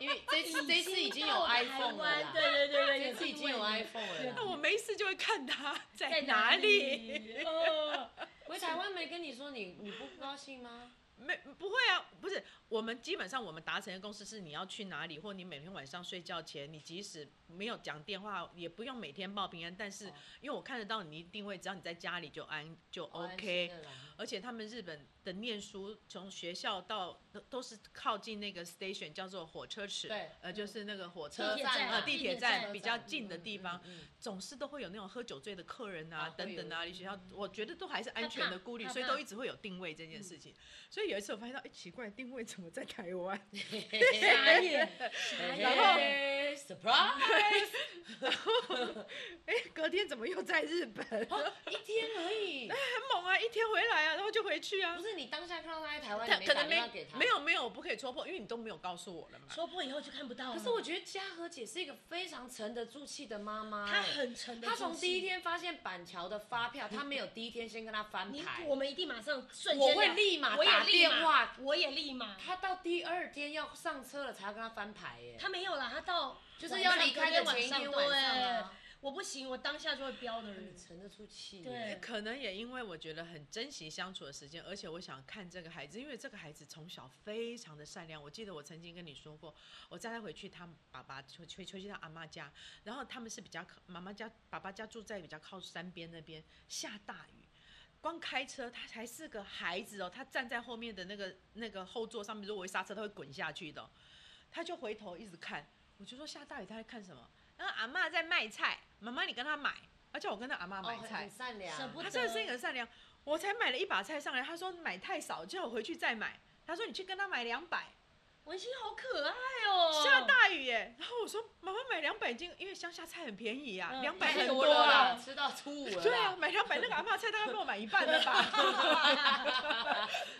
C: 因为这次这次已经有
B: 到台
C: iPhone 了
B: 湾
C: 啦，
B: 对对对对，
C: 这
B: 有
C: 次已
B: 定
C: 经有
B: 位了
C: iPhone 了
A: 那
C: 啦。
A: 我没事就会看他 在
B: 在
A: 哪里。
B: 里？哦，
C: 回台湾没跟你说你你不高兴吗？
A: 没不会啊，不是我们基本上我们达成的共识是你要去哪里，或你每天晚上睡觉前，你即使没有讲电话，也不用每天报平安，但是
C: 哦
A: 因为我看得到你一定会，只要你在家里就安就
C: 哦
A: OK。
C: 安心了啦
A: 而且他们日本的念书，从学校到都都是靠近那个 station 叫做火车池，
C: 对
A: 呃，就是那个火
B: 地
A: 车
B: 铁
A: 站
B: 站
A: 呃
B: 啊
A: 地
B: 地
A: 铁
B: 铁
A: 站
B: 站
A: 比较近的地方，
C: 嗯嗯嗯嗯
A: 总是都会有那种喝酒醉的客人啊
C: 啊会
A: 等等啊，
C: 有
A: 你学校我觉得都还是安全的顾虑，
B: 怕怕
A: 所以都一直会有定位这件事情。所以有一次我发现到，哎、奇怪，定位怎么在台湾？
C: 嗯
B: 傻眼，
A: 然后
C: 嘿 surprise
A: 哎、隔天怎么又在日 本？很
C: 一天而已，
A: 哦猛啊，一天回来啊，然后就回去啊
C: 不。是你当下看到他在台湾，
A: 他
C: 你
A: 可
C: 打
A: 能
C: 电
A: 没
C: 话给他，
A: 没。有没有，我不可以戳破，因为你都没有告诉我了嘛。
B: 说破以后就看不到了。
C: 可是我觉得嘉禾姐是一个非常沉得住气的妈妈，
B: 他很沉的，
C: 她从第一，天发现板桥的发 票，她没有第一天先跟他翻
B: 你
C: 牌，
B: 我们一定马上瞬间聊，
C: 我会立马
B: 我也
C: 打
B: 立马
C: 电话
B: 我也立马。
C: 她到第二天要上车了才要跟他翻牌耶，
B: 他没有啦，他到
C: 就是要离开的前一天晚上
B: 对
C: 啊，
B: 我不行，我当下就会飙的人
C: 很。沉得住气耶。
B: 对
A: 可能也因为我觉得很珍惜相处的时间，而且我想看这个孩子，因为这个孩子从小非常的善良。我记得我曾经跟你说过，我载他回去他爸爸回回回去他阿妈家，然后他们是比较靠妈妈家爸爸家住在比较靠山边那边，下大雨。光开车，他才是个孩子哦，他站在后面的那个那个后座上面，如果我一刹车，他会滚下去的哦、他就回头一直看，我就说下大雨他在看什么？然后阿妈在卖菜，妈妈你跟他买，而且我跟他阿妈
C: 哦，
A: 买
C: 很
A: 菜，
C: 很善良，
B: 舍不
A: 他
B: 得
A: 真的是一个很善良。我才买了一把菜上来，他说买太少，叫我回去再买。他说你去跟他买两百，
B: 文心好可爱哦，
A: 下大雨耶。然后我说妈妈买两百已经，因为乡下菜很便宜啊，
B: 嗯
A: 两百、
C: 太
A: 很
C: 多
A: 了
C: 了
A: 啦。
C: 啦，吃到初 五了啦。
A: 对啊，买两百那个阿嬷菜大概被我买一半了 吧？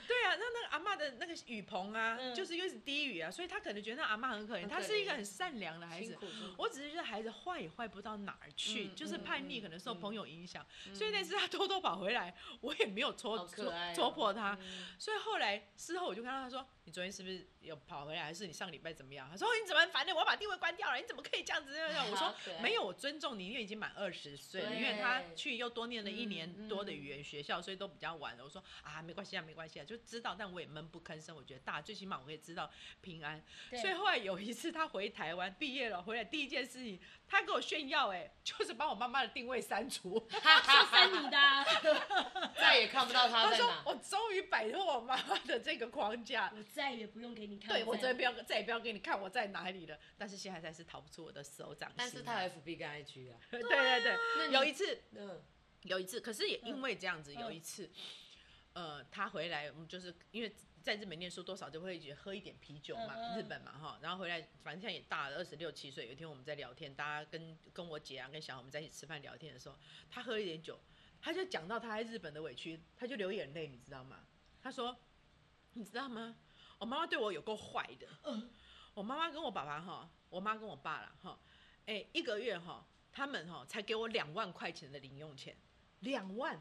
A: 对啊，那那个阿嬷的那个雨棚啊，
B: 嗯
A: 就是又是低雨啊，所以他可能觉得那阿嬷很可怜，
C: 很可
A: 他是一个
C: 怜
A: 很善良的孩
C: 辛
A: 子
C: 苦。辛苦
A: 我只是觉得孩子坏也坏不到哪儿去，
C: 嗯
A: 就是叛逆，可能受
C: 嗯
A: 朋友影响，所以那次他偷偷跑回来，我也没有戳
C: 好
A: 戳
C: 可爱哦
A: 戳破他，
C: 嗯
A: 所以后来事后我就看到他说：“你昨天是不是有跑回来？还是你上个礼拜怎么样？”他说：“你怎么很烦的？我要把定位关掉了，你怎么可以这样子？”这样
C: 哎
A: 这样我说
C: 好可：“爱
A: 没有，我尊重你，因为已经满二十岁了，
C: 对
A: 因为他去又多念了一年
C: 嗯
A: 多的语言学校，所以都比较晚了。”我说：“啊，没关系啊，没关系啊，就知道，但我也闷不吭声。我觉得大，最起码我可以知道平安。”
B: 对
A: 所以后来有一次他回台湾毕业了，回来第一件事情，他给我炫耀、哎，就是把我妈妈的定位删除。
B: 是三你的啊，
C: 再也看不到他
A: 他
C: 在
A: 说
C: 哪：“。
A: 我终于摆脱我妈妈的这个框架。”
B: 我再也不用给
C: 嗯
B: 你看。
A: 对，我
B: 再
A: 真的不要再也不要给你看我在哪里了。但是现在才是逃不出我的手掌心啊。
C: 但 是他有 FB 跟 IG 啊，
A: 对对对，
C: 那
A: 有
C: 你
A: 一次
C: 嗯，
A: 有一次，可是也因为这样子，
B: 嗯
A: 有一次，呃，他回来，我们就是因为在日本念书，多少就会觉得喝一点啤酒嘛，
B: 嗯嗯
A: 日本嘛哈。然后回来，反正现在也大了，二十六七岁。有一天我们在聊天，大家跟跟我姐啊、跟小孩我们在一起吃饭聊天的时候，他喝一点酒，他就讲到他在日本的委屈，他就流眼泪，你知道吗？他说：“你知道吗？我妈妈对我有够坏的。我妈妈跟我爸爸哈，我妈跟我爸啦哈，哎、一个月哈，他们哈、才给我两万块钱的零用钱，两万。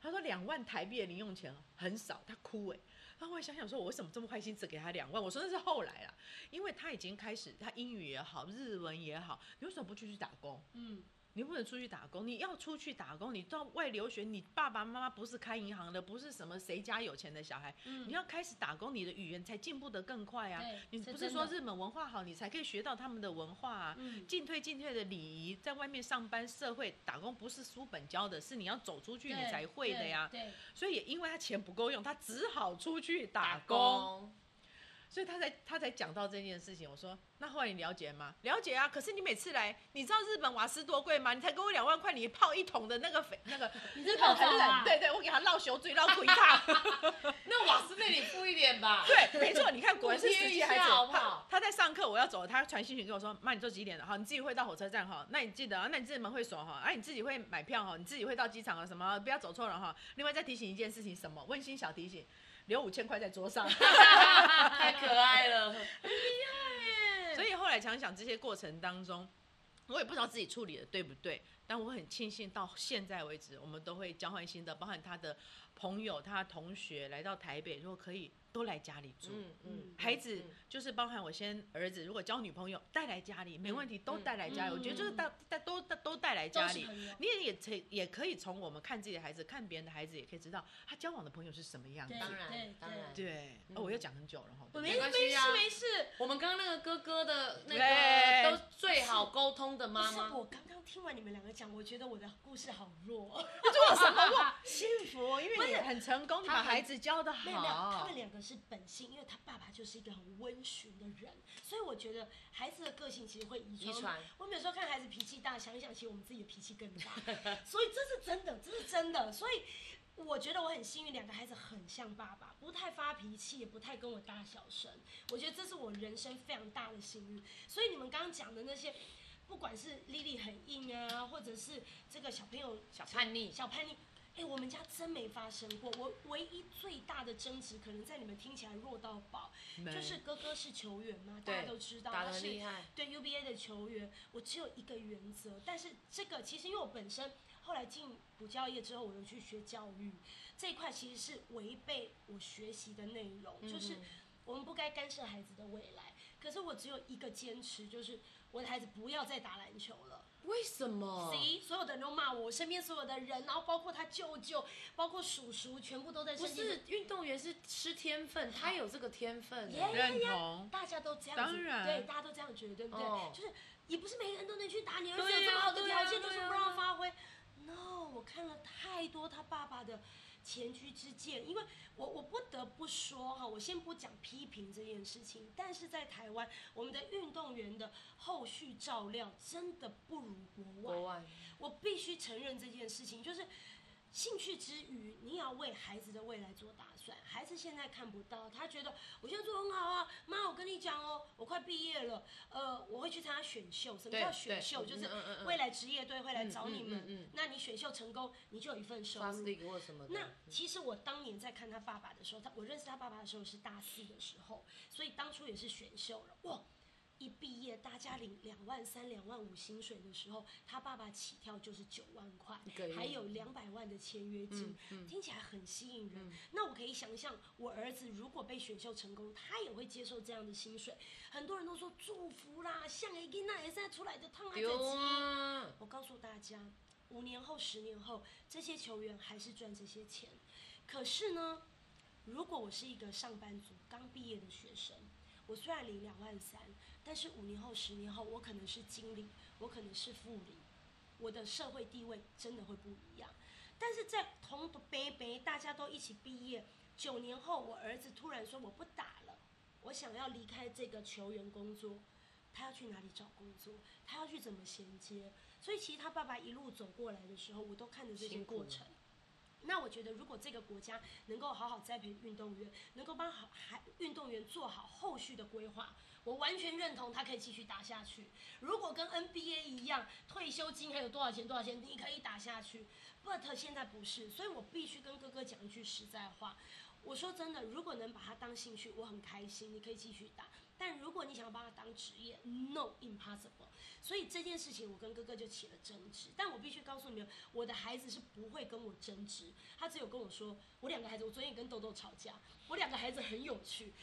A: 他说两万台币的零用钱很少，他哭哎、然后我想想说，我为什么这么坏心只给他两万？我说那是后来啦，因为他已经开始，他英语也好，日文也好，你为什么不出去打工？
B: 嗯，
A: 你不能出去打工，你要出去打工，你到外留学，你爸爸妈妈不是开银行的，不是什么谁家有钱的小孩，
B: 嗯
A: 你要开始打工，你的语言才进步得更快啊
B: 对！
A: 你
B: 这
A: 不是
B: 真
A: 说
B: 的
A: 日本文化好，你才可以学到他们的文化啊？
B: 嗯
A: 进退进退的礼仪，在外面上班、社会打工不是书本教的，是你要走出去你
B: 对
A: 才会的呀。
B: 对，对
A: 所以也因为他钱不够用，他只好出去打工，所以他才他才讲到这件事情。我说，那后来你了解吗？了解啊。可是你每次来，你知道日本瓦斯多贵吗？你才给我两万块，你泡一桶的那个肥那 个
B: 你
A: 日
B: 这
A: 本
B: 搞
A: 很
B: 砸
A: 冷，
C: 啊
B: 啦，
A: 对对，我给他绕酒醉绕鬼烫。
C: 那瓦斯那里付一点吧。
A: 对，没错，你看果然是
C: 补贴
A: 实
C: 一
A: 际
C: 下
A: 孩子。
C: 好不好
A: 他他在上课，我要走了，他传讯息跟我说：“妈，你坐几点了？好，你自己会到火车站哈。那你记得啊，那你自己门会锁哈，啊，你自己会买票哈，你自己会到机场啊，什么不要走错了哈。另外再提醒一件事情，什么温馨小提醒，留五千块在桌上。
C: 太可爱了。嗯
A: 所以后来想想这些过程当中，我也不知道自己处理的对不对，但我很庆幸到现在为止，我们都会交换心得，包含他的朋友、他的同学来到台北，如果可以都来家里住。
C: 嗯嗯，
A: 孩子就是包含我先儿子，如果交女朋友带来家里没问
C: 嗯
A: 题，都带来家里。我觉得就是带带都带都带来
B: 都
A: 家
B: 是
A: 里。
B: 朋友，
A: 你也也也可以从我们看自己的孩子，看别人的孩子，也可以知道他交往的朋友是什么样子
B: 对。
C: 当然
B: 对
C: 当然
A: 对，哦，我又讲很久了哈。对不
B: 我
A: 对
B: 没
C: 关
B: 事没
C: 系啊
B: 事没事，
C: 我们刚刚那个哥哥的那
A: 对
C: 个都最好沟通的
B: 不
C: 妈
B: 是
C: 妈，
B: 我刚刚听完你们两个讲，我觉得我的故事好弱。
A: 做什么我幸福，因为你
B: 是
A: 很成功，你把孩子教的
B: 没有没有，他
A: 好
B: 们。两个是本性，因为他爸爸就是一个很温驯的人，所以我觉得孩子的个性其实会遗
C: 遗传。
B: 我们有时候看孩子脾气大，想一想，其实我们自己的脾气更大， 所以这是真的，这是真的。所以我觉得我很幸运，两个孩子很像爸爸，不太发脾气，也不太跟我大小声。我觉得这是我人生非常大的幸运。所以你们刚刚讲的那些。不管是莉莉很硬啊，或者是这个小朋友
C: 小叛逆，
B: 小叛逆，哎、我们家真没发生过。我唯一最大的争执，可能在你们听起来弱到爆，就是哥哥是球员嘛，大家
C: 对
B: 都知道，
C: 打
B: 他
C: 得很厉
B: 是
C: 害，
B: 对 UBA 的球员。我只有一个原则，但是这个其实因为我本身后来进补教业之后，我又去学教育这一块，其实是违背我学习的内容，
C: 嗯
B: 就是我们不该干涉孩子的未来。可是我只有一个坚持，就是我的孩子不要再打篮球了。
C: 为什么？
B: 谁所有的人都骂我，我身边所有的人，然后包括他舅舅，包括叔叔，全部都在
C: 不
B: 生气。
C: 是运动员是吃天分，他有这个天分
B: 耶
C: 欸。
A: 认同。
B: 大家都这样子，
A: 当然
B: 对，大家都这样觉得，对不对？
C: 哦
B: 就是也不是每个人都能去打，你儿子
C: 对啊
B: 有这么好的
C: 对啊
B: 条件，
C: 对
B: 都
C: 啊
B: 是不让发挥。No，我看了太多他爸爸的前车之鉴，因为我我不得不说哈，我先不讲批评这件事情，但是在台湾，我们的运动员的后续照料真的不如
C: 国外
B: 我必须承认这件事情，就是兴趣之余，你也要为孩子的未来做打算。孩子现在看不到，他觉得我现在做得很好啊，妈，我跟你讲哦，我快毕业了，呃，我会去参加选秀。什么
C: 对
B: 叫
C: 对
B: 选秀？就是
C: 嗯嗯嗯
B: 未来职业队会来找你们，
C: 嗯嗯嗯
B: 那你选秀成功，你就有一份收
C: f a s
B: 入
C: t。league 或什么的，
B: 那其实我当年在看他爸爸的时候，他我认识他爸爸的时候是大四的时候，所以当初也是选秀了哇。一毕业，大家领两万三、两万五薪水的时候，他爸爸起跳就是九万块
C: 一个月，
B: 还有两百万的签约金，听起来很吸引人。那我可以想象，我儿子如果被选秀成功，他也会接受这样的薪水。很多人都说祝福啦，像 A 囡那也在出来的烫啊，
C: 丢
B: 这
C: 啊，
B: 我告诉大家，五年后、十年后，这些球员还是赚这些钱。可是呢，如果我是一个上班族、刚毕业的学生，我虽然领两万三，但是五年后、十年后，我可能是经理，我可能是副理，我的社会地位真的会不一样。但是在同北北大家都一起毕业，九年后我儿子突然说我不打了，我想要离开这个球员工作，他要去哪里找工作，他要去怎么衔接，所以其实他爸爸一路走过来的时候，我都看着这些
C: 辛苦
B: 过
C: 了
B: 程。那我觉得，如果这个国家能够好好栽培运动员，能够帮好还运动员做好后续的规划，我完全认同他可以继续打下去。如果跟 NBA 一样，退休金还有多少钱多少钱，你可以打下去。But 现在不是，所以我必须跟哥哥讲一句实在话。我说真的，如果能把它当兴趣，我很开心，你可以继续打。但但如果你想要把它当职业，no impossible。所以这件事情，我跟哥哥就起了争执。但我必须告诉你们，我的孩子是不会跟我争执，他只有跟我说，我两个孩子，我昨天也跟豆豆吵架，我两个孩子很有趣。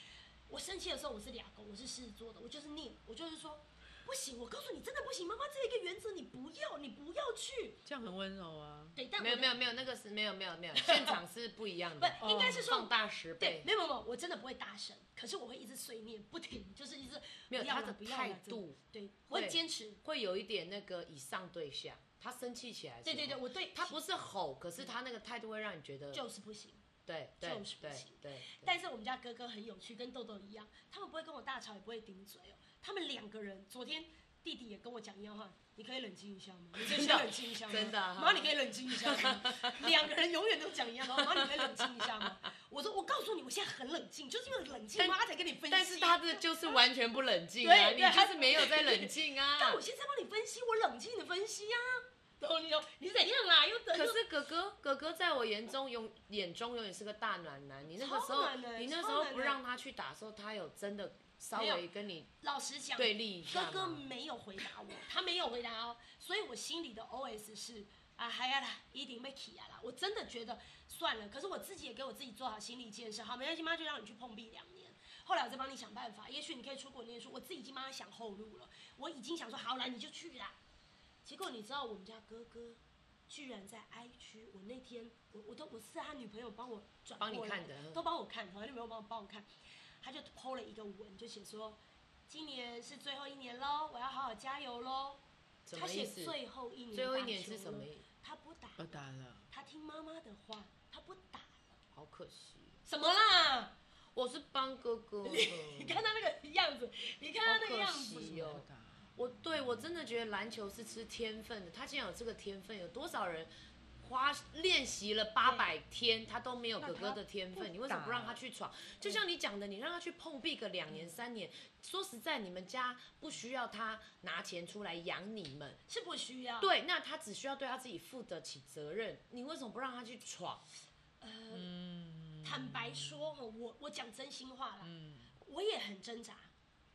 B: 我生气的时候，我是俩狗，我是狮子座的，我就是拧，我就是说。不行，我告诉你，真的不行。妈妈这一个原则，你不要，你不要去。
A: 这样很温柔啊。
B: 对，但我
C: 没有
B: 的
C: 没有没有，那个是没有没有没有，现场是不一样的，
B: 不应该是说
C: 哦放大十
B: 对
C: 倍，
B: 没。有没有没有，我真的不会大声，可是我会一直碎念不停，就是一直
C: 没有
B: 不要
C: 他
B: 啦
C: 的
B: 不要啦
C: 态
B: 真的
C: 度，
B: 对，我很
C: 对
B: 坚持。
C: 会有一点那个以上对下，他生气起来的
B: 对
C: 时候。
B: 对对，我对
C: 他不是吼，可是他那个态度会让你觉得
B: 就是不行。
C: 对对
B: 就是不
C: 对
B: 行
C: 对。
B: 但是我们家哥哥很有趣，跟豆豆一样，他们不会跟我大吵，也不会顶嘴哦。他们两个人昨天。弟弟也跟我讲一样话，你可以冷静一 下吗？你可以先冷静一下吗？
C: 真的啊哈
B: 妈，你可以冷静一下吗？两个人永远都讲一样话，妈，你可以冷静一下吗？我说，我告诉你，我现在很冷静，就是因为冷静，
C: 但
B: 妈才跟你分析。
C: 但是他啊的就是完全不冷静啊，
B: 对
C: 你
B: 对
C: 就是没有在冷 静啊。
B: 但我现在帮你分析，我冷静的分析啊。懂你懂，你怎样啦？又 得
C: 可
B: 又
C: 是哥哥，哥哥在我眼中永眼中永远是个大暖男。你那个时
B: 超
C: 候
B: 暖，男
C: 你那时
B: 超
C: 候
B: 暖
C: 不
B: 男
C: 让他去打的时候，他有真的稍
B: 没有
C: 微跟你
B: 老实讲，啊
C: 对立一
B: 哥
C: 下
B: 哥
C: 吗？
B: 没有回答我， 他没有回答哦，所以我心里的 OS 是啊，还呀啦，一定被起啊啦。我真的觉得算了，可是我自己也给我自己做好心理建设，好，没关系，妈就让你去碰壁两年。后来我再帮你想办法，也许你可以出国念书。我自己已经帮他想后路了，我已经想说好啦，你就去啦。结果你知道我们家哥哥居然在 IG，我那天我我都我是他女朋友帮我转
C: 帮你
B: 过来
C: 看的
B: 都帮我看，好像女朋友帮我帮我看，他就 PO 了一个文，就写说今年是最后一年喽，我要好好加油喽。
C: 什
B: 他
C: 么
B: 写
C: 意思？
B: 最后一年，
C: 最后一年是什么意？思？
B: 他不打，
A: 我打了，
B: 他听妈妈的话，他不打了。
C: 好可惜，
B: 什么啦？
C: 我是帮哥 哥的。嗯
B: 你看他那个样子，你看他那个样
C: 好可
B: 子
C: 惜，哦
A: 我打。
C: 我对我真的觉得篮球是吃天分的，他竟然有这个天分，有多少人花练习了八百天，他都没有哥哥的天
A: 那他
C: 分，
A: 不
C: 你为什么
A: 打
C: 不让他去闯？就像你讲的，你让他去碰壁个两年三年，说实在，你们家不需要他拿钱出来养你们，
B: 是不需要。
C: 对，那他只需要对他自己负得起责任，你为什么不让他去闯？
B: 呃，
A: 嗯
B: 坦白说啊哈，我我讲真心话啦，
A: 嗯，
B: 我也很挣扎。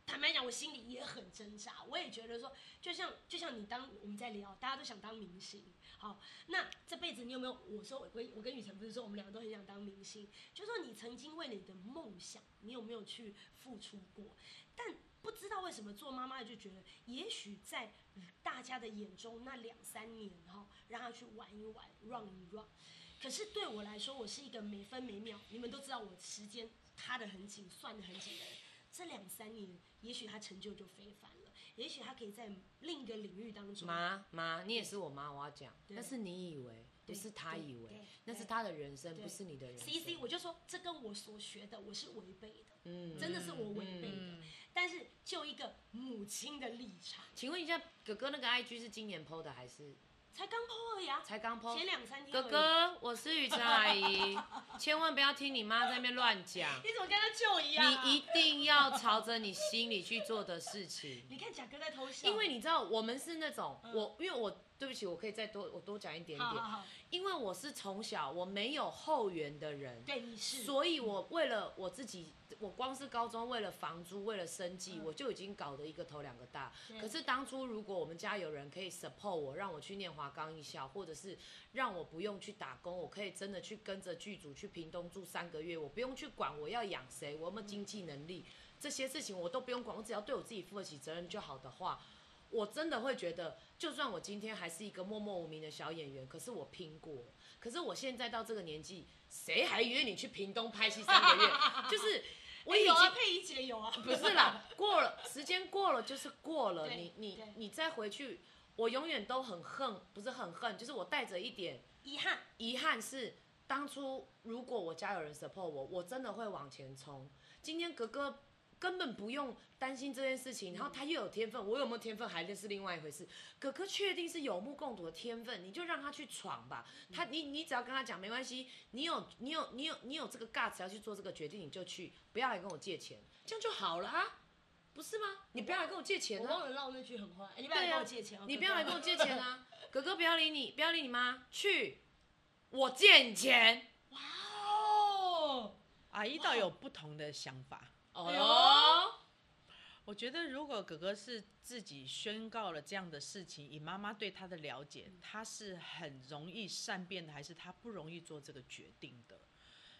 B: 坦白讲，我心里也很挣扎，我也觉得说，就像就像你当我们在聊，大家都想当明星。好，那这辈子你有没有？我说我跟我跟雨辰不是说我们两个都很想当明星，就说你曾经为你的梦想，你有没有去付出过？但不知道为什么做妈妈就觉得，也许在大家的眼中，那两三年哈、让他去玩一玩，run 一 run。可是对我来说，我是一个每分每秒，你们都知道我时间卡得很紧，算得很紧的人。这两三年，也许他成就就非凡了，也许他可以在另一个领域当中，
C: 妈妈，你也是我妈，我要讲，
B: 对
C: 那是你以为，不
B: 对
C: 是他
B: 对
C: 以为
B: 对，
C: 那是
B: 对
C: 他的人生，
B: 对
C: 不是你的人生。
B: C C，我就说这跟我所学的我是违背的，
C: 嗯
B: 真的是我违背的。
A: 嗯
B: 但是就一个母亲的立场，
C: 请问一下，哥哥那个 IG 是今年 PO 的还是
B: 才刚剖而已啊，
C: 才刚 PO？
B: 前两三天而
C: 哦哥
B: 已。
C: 哥，我是雨辰阿 姨，千万不要听你妈在那边乱讲，
B: 你怎么跟他舅一样、啊？
C: 你一定要朝着你心里去做的事情。
B: 你看贾哥在偷笑，
C: 因为你知道，我们是那种
B: 嗯
C: 我，因为我对不起，我可以再多我多讲一点
B: 好
C: 点
B: 好，好，
C: 因为我是从小我没有后援的人，
B: 对你是，
C: 所以我为了我自己，我光是高中为了房租，为了生计，
B: 嗯
C: 我就已经搞得一个头两个大
B: 对。
C: 可是当初如果我们家有人可以 support 我，让我去念华冈艺校，或者是让我不用去打工，我可以真的去跟着剧组去屏东住三个月，我不用去管我要养谁，我有没有经济能力，这些事情我都不用管，我只要对我自己负得起责任就好的话。我真的会觉得，就算我今天还是一个默默无名的小演员，可是我拼过。可是我现在到这个年纪，谁还约你去屏东拍戏三个月？ 就是我
B: 哎
C: 已
B: 有啊，
C: 经
B: 佩仪姐有啊，
C: 不是啦，过了时间过了就是过了，
B: 对
C: 你你
B: 对
C: 你再回去，我永远都很恨，不是很恨，就是我带着一点
B: 遗憾，
C: 遗憾是，当初如果我家有人 support 我，我真的会往前冲。今天格格根本不用担心这件事
B: 嗯
C: 情，然后他又有天分，我有没有天分还是另外一回事。格格确定是有目共睹的天分，你就让他去闯吧。
B: 嗯
C: 他你你只要跟他讲没关系，你有你有你有你有这个 guts 要去做这个决定，你就去，不要来跟我借钱，这样就好了啊，不是吗？你不要来跟我借钱
B: 我
C: 啊。
B: 忘了唠那句很坏，哎你不要来
C: 对
B: 跟
C: 啊，
B: 我借钱哦，
C: 你
B: 哥
C: 不要
B: 哥
C: 来跟我借 钱啊！哥哥不要理你，不要理你妈，去，我借你钱。
B: 哇哦，
A: 阿姨倒有不同的想法。
C: 哦
B: 呦
C: 哟，
A: 我觉得如果哥哥是自己宣告了这样的事情，以妈妈对他的了解，
B: 嗯
A: 他是很容易善变的，还是他不容易做这个决定的？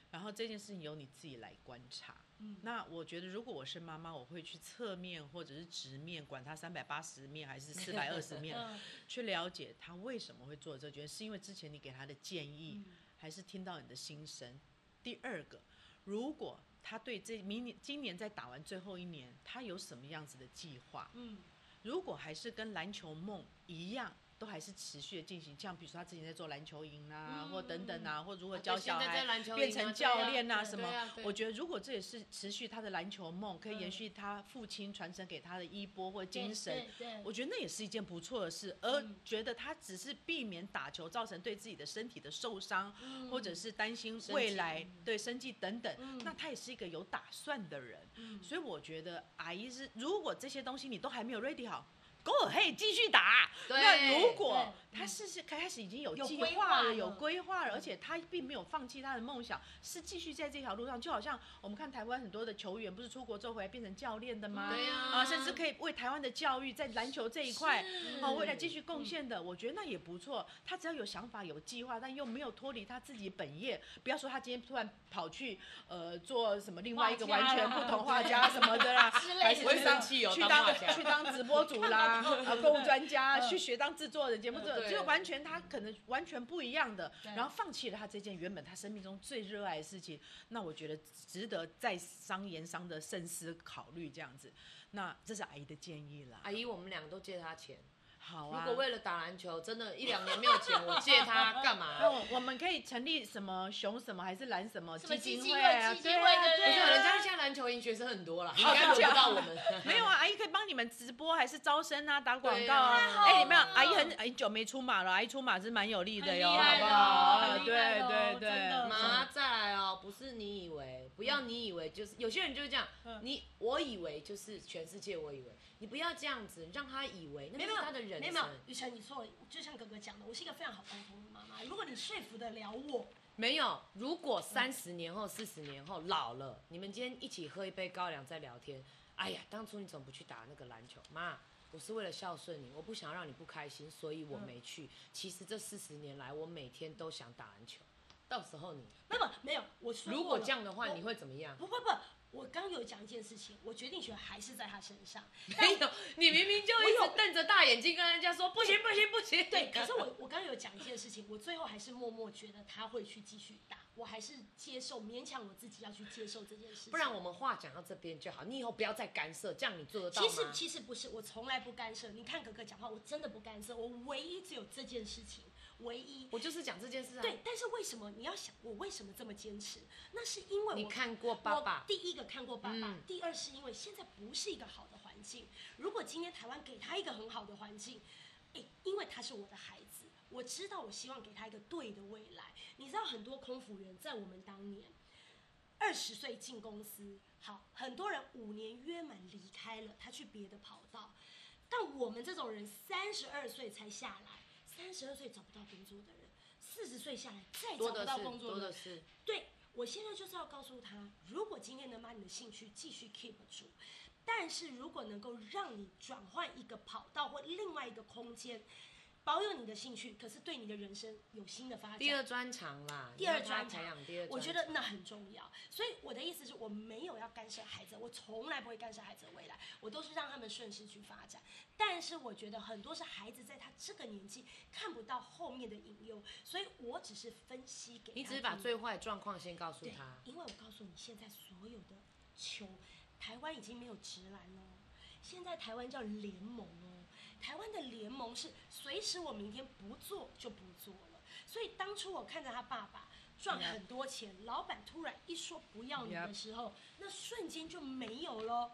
A: 然后这件事情由你自己来观察。
B: 嗯
A: 那我觉得，如果我是妈妈，我会去侧面或者是直面，管他三百八十面还是四百二十 面，
B: 嗯
A: 去了解他为什么会做这个决定，是因为之前你给他的建议，
B: 嗯
A: 还是听到你的心声。第二个，如果他对这明年、今年在打完最后一年，他有什么样子的计划？
B: 嗯
A: 如果还是跟篮球梦一样，都还是持续的进行，像比如说他之前在做篮球营啊，
B: 嗯
A: 或等等啊，或如何
C: 啊对
A: 教
C: 现
A: 小
C: 在在
A: 孩、
C: 篮球
A: 变
C: 营啊
A: 成
C: 对啊
A: 教练啊
C: 对
A: 什么
C: 对啊对
A: 我觉得如果这也是持续他的篮球梦，可以延续他父亲传承给他的衣钵或精神，
B: 嗯对对嗯
A: 我
B: 对，
A: 觉得那也是一件不错的事，而觉得他只是避免打球造成对自己的身体的受伤，
B: 嗯
A: 或者是担心未来对生计等等，那他也是一个有打算的人。
B: 嗯
A: 所以我觉得阿姨是，如果这些东西你都还没有 ready 好，Go ahead 继续打。
C: 对
A: 那如果
B: 对
A: 他是是开始已经有
B: 有
A: 计
B: 规
A: 划
B: 划
A: 了，
B: 了
A: 有规划了，而且他并没有放弃他的梦想，是继续在这条路上。就好像我们看台湾很多的球员，不是出国之后回来变成教练的吗？
C: 对呀
A: 啊，甚至可以为台湾的教育在篮球这一块
B: 嗯
A: 哦，未来继续贡献的，我觉得那也不错。他只要有想法、有计划，但又没有脱离他自己本业。不要说他今天突然跑去呃做什么另外一个
B: 画家
A: 完全
B: 啦
A: 不同画家什么的 啦，
B: 之类的
A: 还是
B: 我会
C: 生气哦
A: 去
C: 当
A: 当
C: 画家
A: 去当直播主啦，啊，购物专家，去学当制作人、节目制作
C: 对
A: 人，就完全他可能完全不一样的，
B: 对
A: 然后放弃了他这件原本他生命中最热爱的事情，那我觉得值得再商言商的深思考虑这样子。那这是阿姨的建议啦，
C: 阿姨，我们两个都借他钱。
A: 好
C: 如
A: 啊。
C: 果为了打篮球，真的，一两年没有 钱，我借他
A: 那
C: 干嘛？
A: 我我们可以成立什么熊什么还是蓝什么
B: 什么基金
A: 会啊？
B: 会基金
A: 对啊
B: 会对
C: 我
A: 对
C: 觉得
A: 啊
C: 人家现在篮球营学生很多了，应该轮不到我们。
A: 没有啊，阿姨可以帮你们直播，还是招生啊，打广
C: 对
A: 告
C: 啊
A: 啊
C: 太好。
A: 哎、
B: 了
A: 你们阿姨很很久没出马了，阿姨出马是蛮有力的哟，
B: 很厉
A: 好
B: 害的
A: 不
B: 哦
A: 好？
B: 很厉害的哦
A: 对对
B: 真的
A: 对，
C: 妈，再来哦，不是你以为，不要你以为，就是有些人就是这样，
A: 嗯
C: 你我以为就是全世界，我以为你不要这样子，让他以为那
B: 没
C: 不
B: 有没
C: 是他
B: 有
C: 的人
B: 没有没有
C: 生。，
B: 雨辰你错了，就像哥哥讲的，我是一个非常好沟通的妈妈。如果你说服得了我，
C: 没有，如果三十年后、四十年后老了，你们今天一起喝一杯高粱再聊天，哎呀，当初你怎么不去打那个篮球？妈，我是为了孝顺你，我不想让你不开心，所以我没去。其实这四十年来，我每天都想打篮球。到时候你
B: 没有没有，我说
C: 如
B: 过
C: 果
B: 了
C: 这样的话，
B: 我
C: 你会怎么样？
B: 不不不，我刚有讲一件事情，我决定权还是在他身上。
C: 没有，你明明就一
B: 我有
C: 直瞪着大眼睛跟人家说不行不行不行。
B: 对，可是
C: 呃
B: 我我刚有讲一件事情，我最后还是默默觉得他会去继续打，我还是接受，勉强我自己要去接受这件事情。
C: 不然我们话讲到这边就好，你以后不要再干涉，这样你做得到吗
B: 其？实其实不是，我从来不干涉。你看哥哥讲话，我真的不干涉，我唯一只有这件事情，唯一。
C: 我就是讲这件事啊。
B: 对，但是为什么你要想我为什么这么坚持？那是因为我
C: 你看过爸爸
B: 我第一个看过爸爸，
C: 嗯
B: 第二是因为现在不是一个好的环境。如果今天台湾给他一个很好的环境，诶，因为他是我的孩子，我知道我希望给他一个对的未来。你知道很多空服人在我们当年。二十岁进公司，好，很多人五年约满离开了，他去别的跑道。但我们这种人三十二岁才下来，三十二岁找不到工作的人，四十岁下来再
C: 多
B: 找
C: 的
B: 不到工
C: 是
B: 作
C: 多
B: 的
C: 的
B: 人，
C: 是。
B: 对我现在就是要告诉他，如果今天能把你的兴趣继续 keep 住，但是如果能够让你转换一个跑道或另外一个空间，保有你的兴趣，可是对你的人生有新的发展。
C: 第二专长啦，
B: 第二
C: 你让他
B: 专
C: 培
B: 长
C: 养第二专长，
B: 我觉得那很重要。所以我的意思是我没有要干涉孩子，我从来不会干涉孩子的未来，我都是让他们顺势去发展。但是我觉得很多是孩子在他这个年纪看不到后面的隐忧，所以我只是分析给
C: 你
B: 他
C: 只是把
B: 听
C: 最坏的状况先告诉
B: 对
C: 他，。
B: 因为我告诉你，现在所有的球，台湾已经没有直篮了，哦现在台湾叫联盟哦。台湾的联盟是随时我明天不做就不做了，所以当初我看着他爸爸赚
A: Yep
B: 很多钱老板突然一说不要你
A: Yep
B: 的时候那瞬间就没有喽。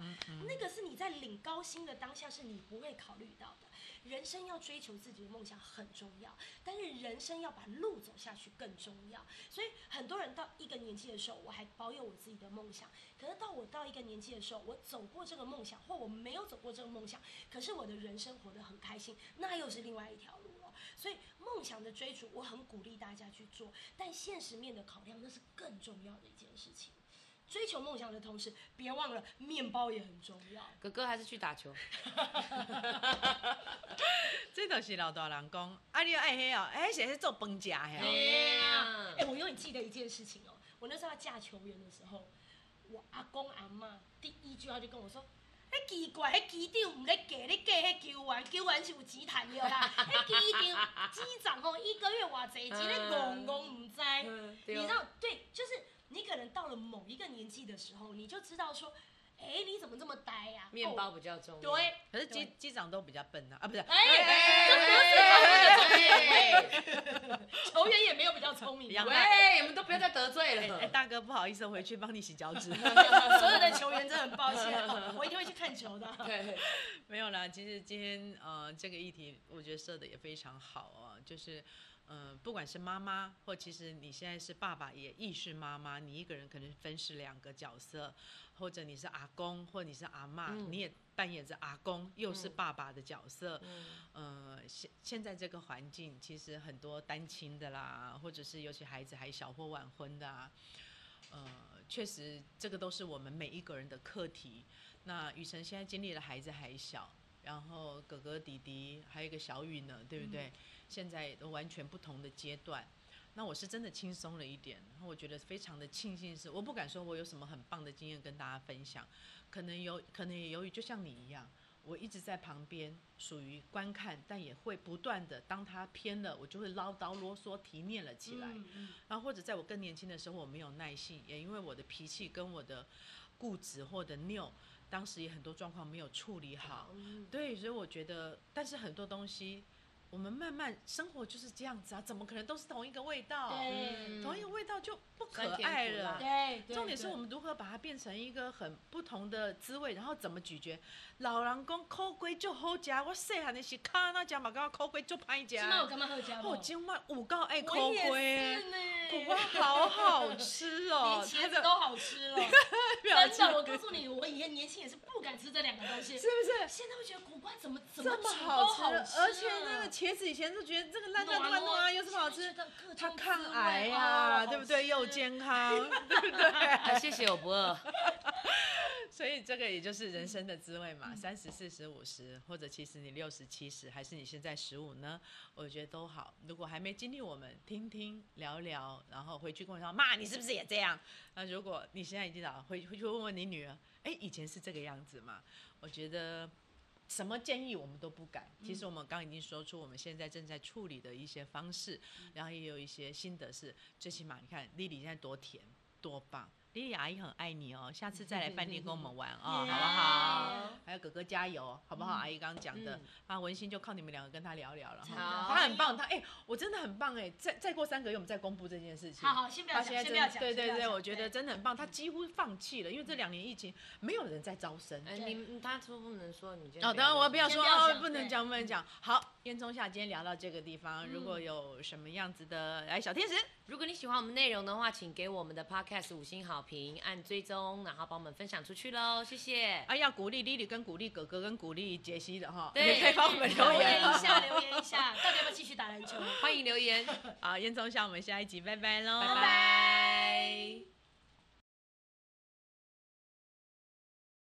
B: 那个是你在领高薪的当下是你不会考虑到的。人生要追求自己的梦想很重要，但是人生要把路走下去更重要。所以很多人到一个年纪的时候，我还保有我自己的梦想，可是到我到一个年纪的时候，我走过这个梦想，或我没有走过这个梦想，可是我的人生活得很开心，那又是另外一条路了。所以梦想的追逐，我很鼓励大家去做，但现实面的考量那是更重要的一件事情。追求梦想的同时，别忘了面包也很重要。
C: 哥哥还是去打球，
A: 这就是老大人讲，啊，你爱黑哦，哎，谁是做饭食
C: 哎
A: 嘿哦？
C: 呀
B: 哎、我永远记得一件事情哦，我那时候要嫁球员的时候，我阿公阿妈第一句话就跟我说。迄奇怪，迄机长毋咧嫁，咧嫁迄球员，球员是有钱趁了啦。迄机长，机长吼，一个月偌济钱，咧戆戆毋知。
C: 嗯
B: 哎
A: 哦
B: 你
C: 对
B: 知道，对，就是你可能到了某一个年纪的时候，你就知道说，哎、你怎么这么呆呀、
C: 面
B: 哦
C: 包比较重要。
B: 对，
A: 可是机
B: 对
A: 机长都比较笨啊，啊，不是，
B: 哎、
C: 哎喂
B: 球员也没有比较聪明，
A: 一样
B: 喂
C: 喂，你们都不要再得罪
A: 哎、哎
C: 了。
A: 大哥不好意思，我回去帮你洗脚趾。
B: 所有的球员真的很 抱歉，哦我一定会去看球的。
C: 对，
A: 没有啦，其实今天呃这个议题，我觉得设的也非常好啊，就是。嗯，不管是妈妈，或其实你现在是爸爸，也亦是妈妈，你一个人可能分饰两个角色，或者你是阿公，或你是阿妈，
C: 嗯
A: 你也扮演着阿公，又是
C: 嗯
A: 爸爸的角色。
C: 嗯
A: 呃，现现在这个环境，其实很多单亲的啦，或者是尤其孩子还小或晚婚的啊，呃，确实这个都是我们每一个人的课题。那雨辰现在经历了孩子还小，然后哥哥弟弟还有一个小雨呢，对不对？现在都完全不同的阶段。那我是真的轻松了一点，然后我觉得非常的庆幸是，我不敢说我有什么很棒的经验跟大家分享，可能有，可能也由于就像你一样，我一直在旁边，属于观看，但也会不断的，当他偏了，我就会唠叨啰嗦提念了起来。
B: 嗯
A: 然后或者在我更年轻的时候，我没有耐性，也因为我的脾气跟我的固执或者拗，当时也很多状况没有处理好。
B: 嗯
A: 对，所以我觉得，但是很多东西，我们慢慢生活就是这样子啊，怎么可能都是同一个味道？
C: 哎
B: 对
C: 嗯
A: 同一个味道就不可
C: 酸甜
A: 爱
C: 苦
A: 了
C: 辣。
B: 对对，
A: 重点是
B: 对
A: 我们如何把它变成一个很不同的滋味，然后怎么咀嚼。老人讲苦瓜就好食，我细汉的时卡那食嘛，感觉苦瓜就歹食
B: 今。晚有干嘛喝加
A: 哦我今晚有够爱苦
B: 我也
A: 瓜耶
B: 是，呢，
A: 苦瓜好好吃哦
B: 比，
A: 它
B: 茄子
A: 的
B: 都好吃 了。
A: 表
B: 真
A: 情
B: 的，我告诉你，我以前年轻也是不敢吃这两个东西，
A: 是不是
B: 现在会觉得苦瓜怎么怎
A: 这
B: 么
A: 么
B: 煮都
A: 好吃？
B: 吃，啊
A: 而且那个茄子以前就觉得这个烂烂的烂啊，有什么好吃？？它抗癌呀、
B: 啊，
A: 对不对？又
B: 健
A: 健康，对不对？
C: 啊谢谢我不饿。
A: 所以这个也就是人生的滋味嘛，三十、四十、五十，或者其实你六十、七十，还是你现在十五呢？我觉得都好。如果还没经历，我们听听聊聊，然后回去跟我说
C: 嗯
A: 妈，你是不是也这样？那如果你现在已经老了，回回去问问你女儿，哎，以前是这个样子嘛？我觉得什么建议我们都不敢。
C: 嗯
A: 其实我们刚刚已经说出我们现在正在处理的一些方式，
C: 嗯
A: 然后也有一些心得是，最起码你看丽丽现在多甜多棒，丽丽阿姨很爱你哦，下次再来饭店跟我们玩 哦，好不好？还有哥哥加油，好不好？阿姨刚刚讲的
C: 嗯
A: 啊，文心就靠你们两个跟他聊聊了哈。
C: 好
B: 哦
A: 他很棒，他哎、我真的很棒哎！再再过三个月，我们再公布这件事情。
B: 好好，先不要
A: 他
B: 讲，
A: 现在
B: 先
A: 真
B: 不要讲。
A: 对对
B: 先不要
A: 对，
B: 讲
A: 我觉得真的很棒。他几乎放弃了，因为这两年疫情没有人在招生。
C: 哎，你你他说不能说你今天
A: 哦，当然我不要
B: 先
A: 说
B: 不要
A: 哦，
B: 讲
A: 不能
B: 对嗯
A: 讲，不能讲。好，烟囱下今天聊到这个地方，如果有什么样子的，哎，小天使，
C: 如果你喜欢我们内容的话，请给我们的 podcast 五星好评，按追踪，然后帮我们分享出去喽，谢谢。
A: 啊，要鼓励 Lily 跟鼓励哥哥跟鼓励杰西的哈，
C: 对
A: 也可以帮我们留
B: 留言
A: 言
B: 一下，留言一下，到底要不要继续打篮球？
C: 欢迎留言，
A: 好，烟囱下我们下一集拜拜喽，
C: 拜拜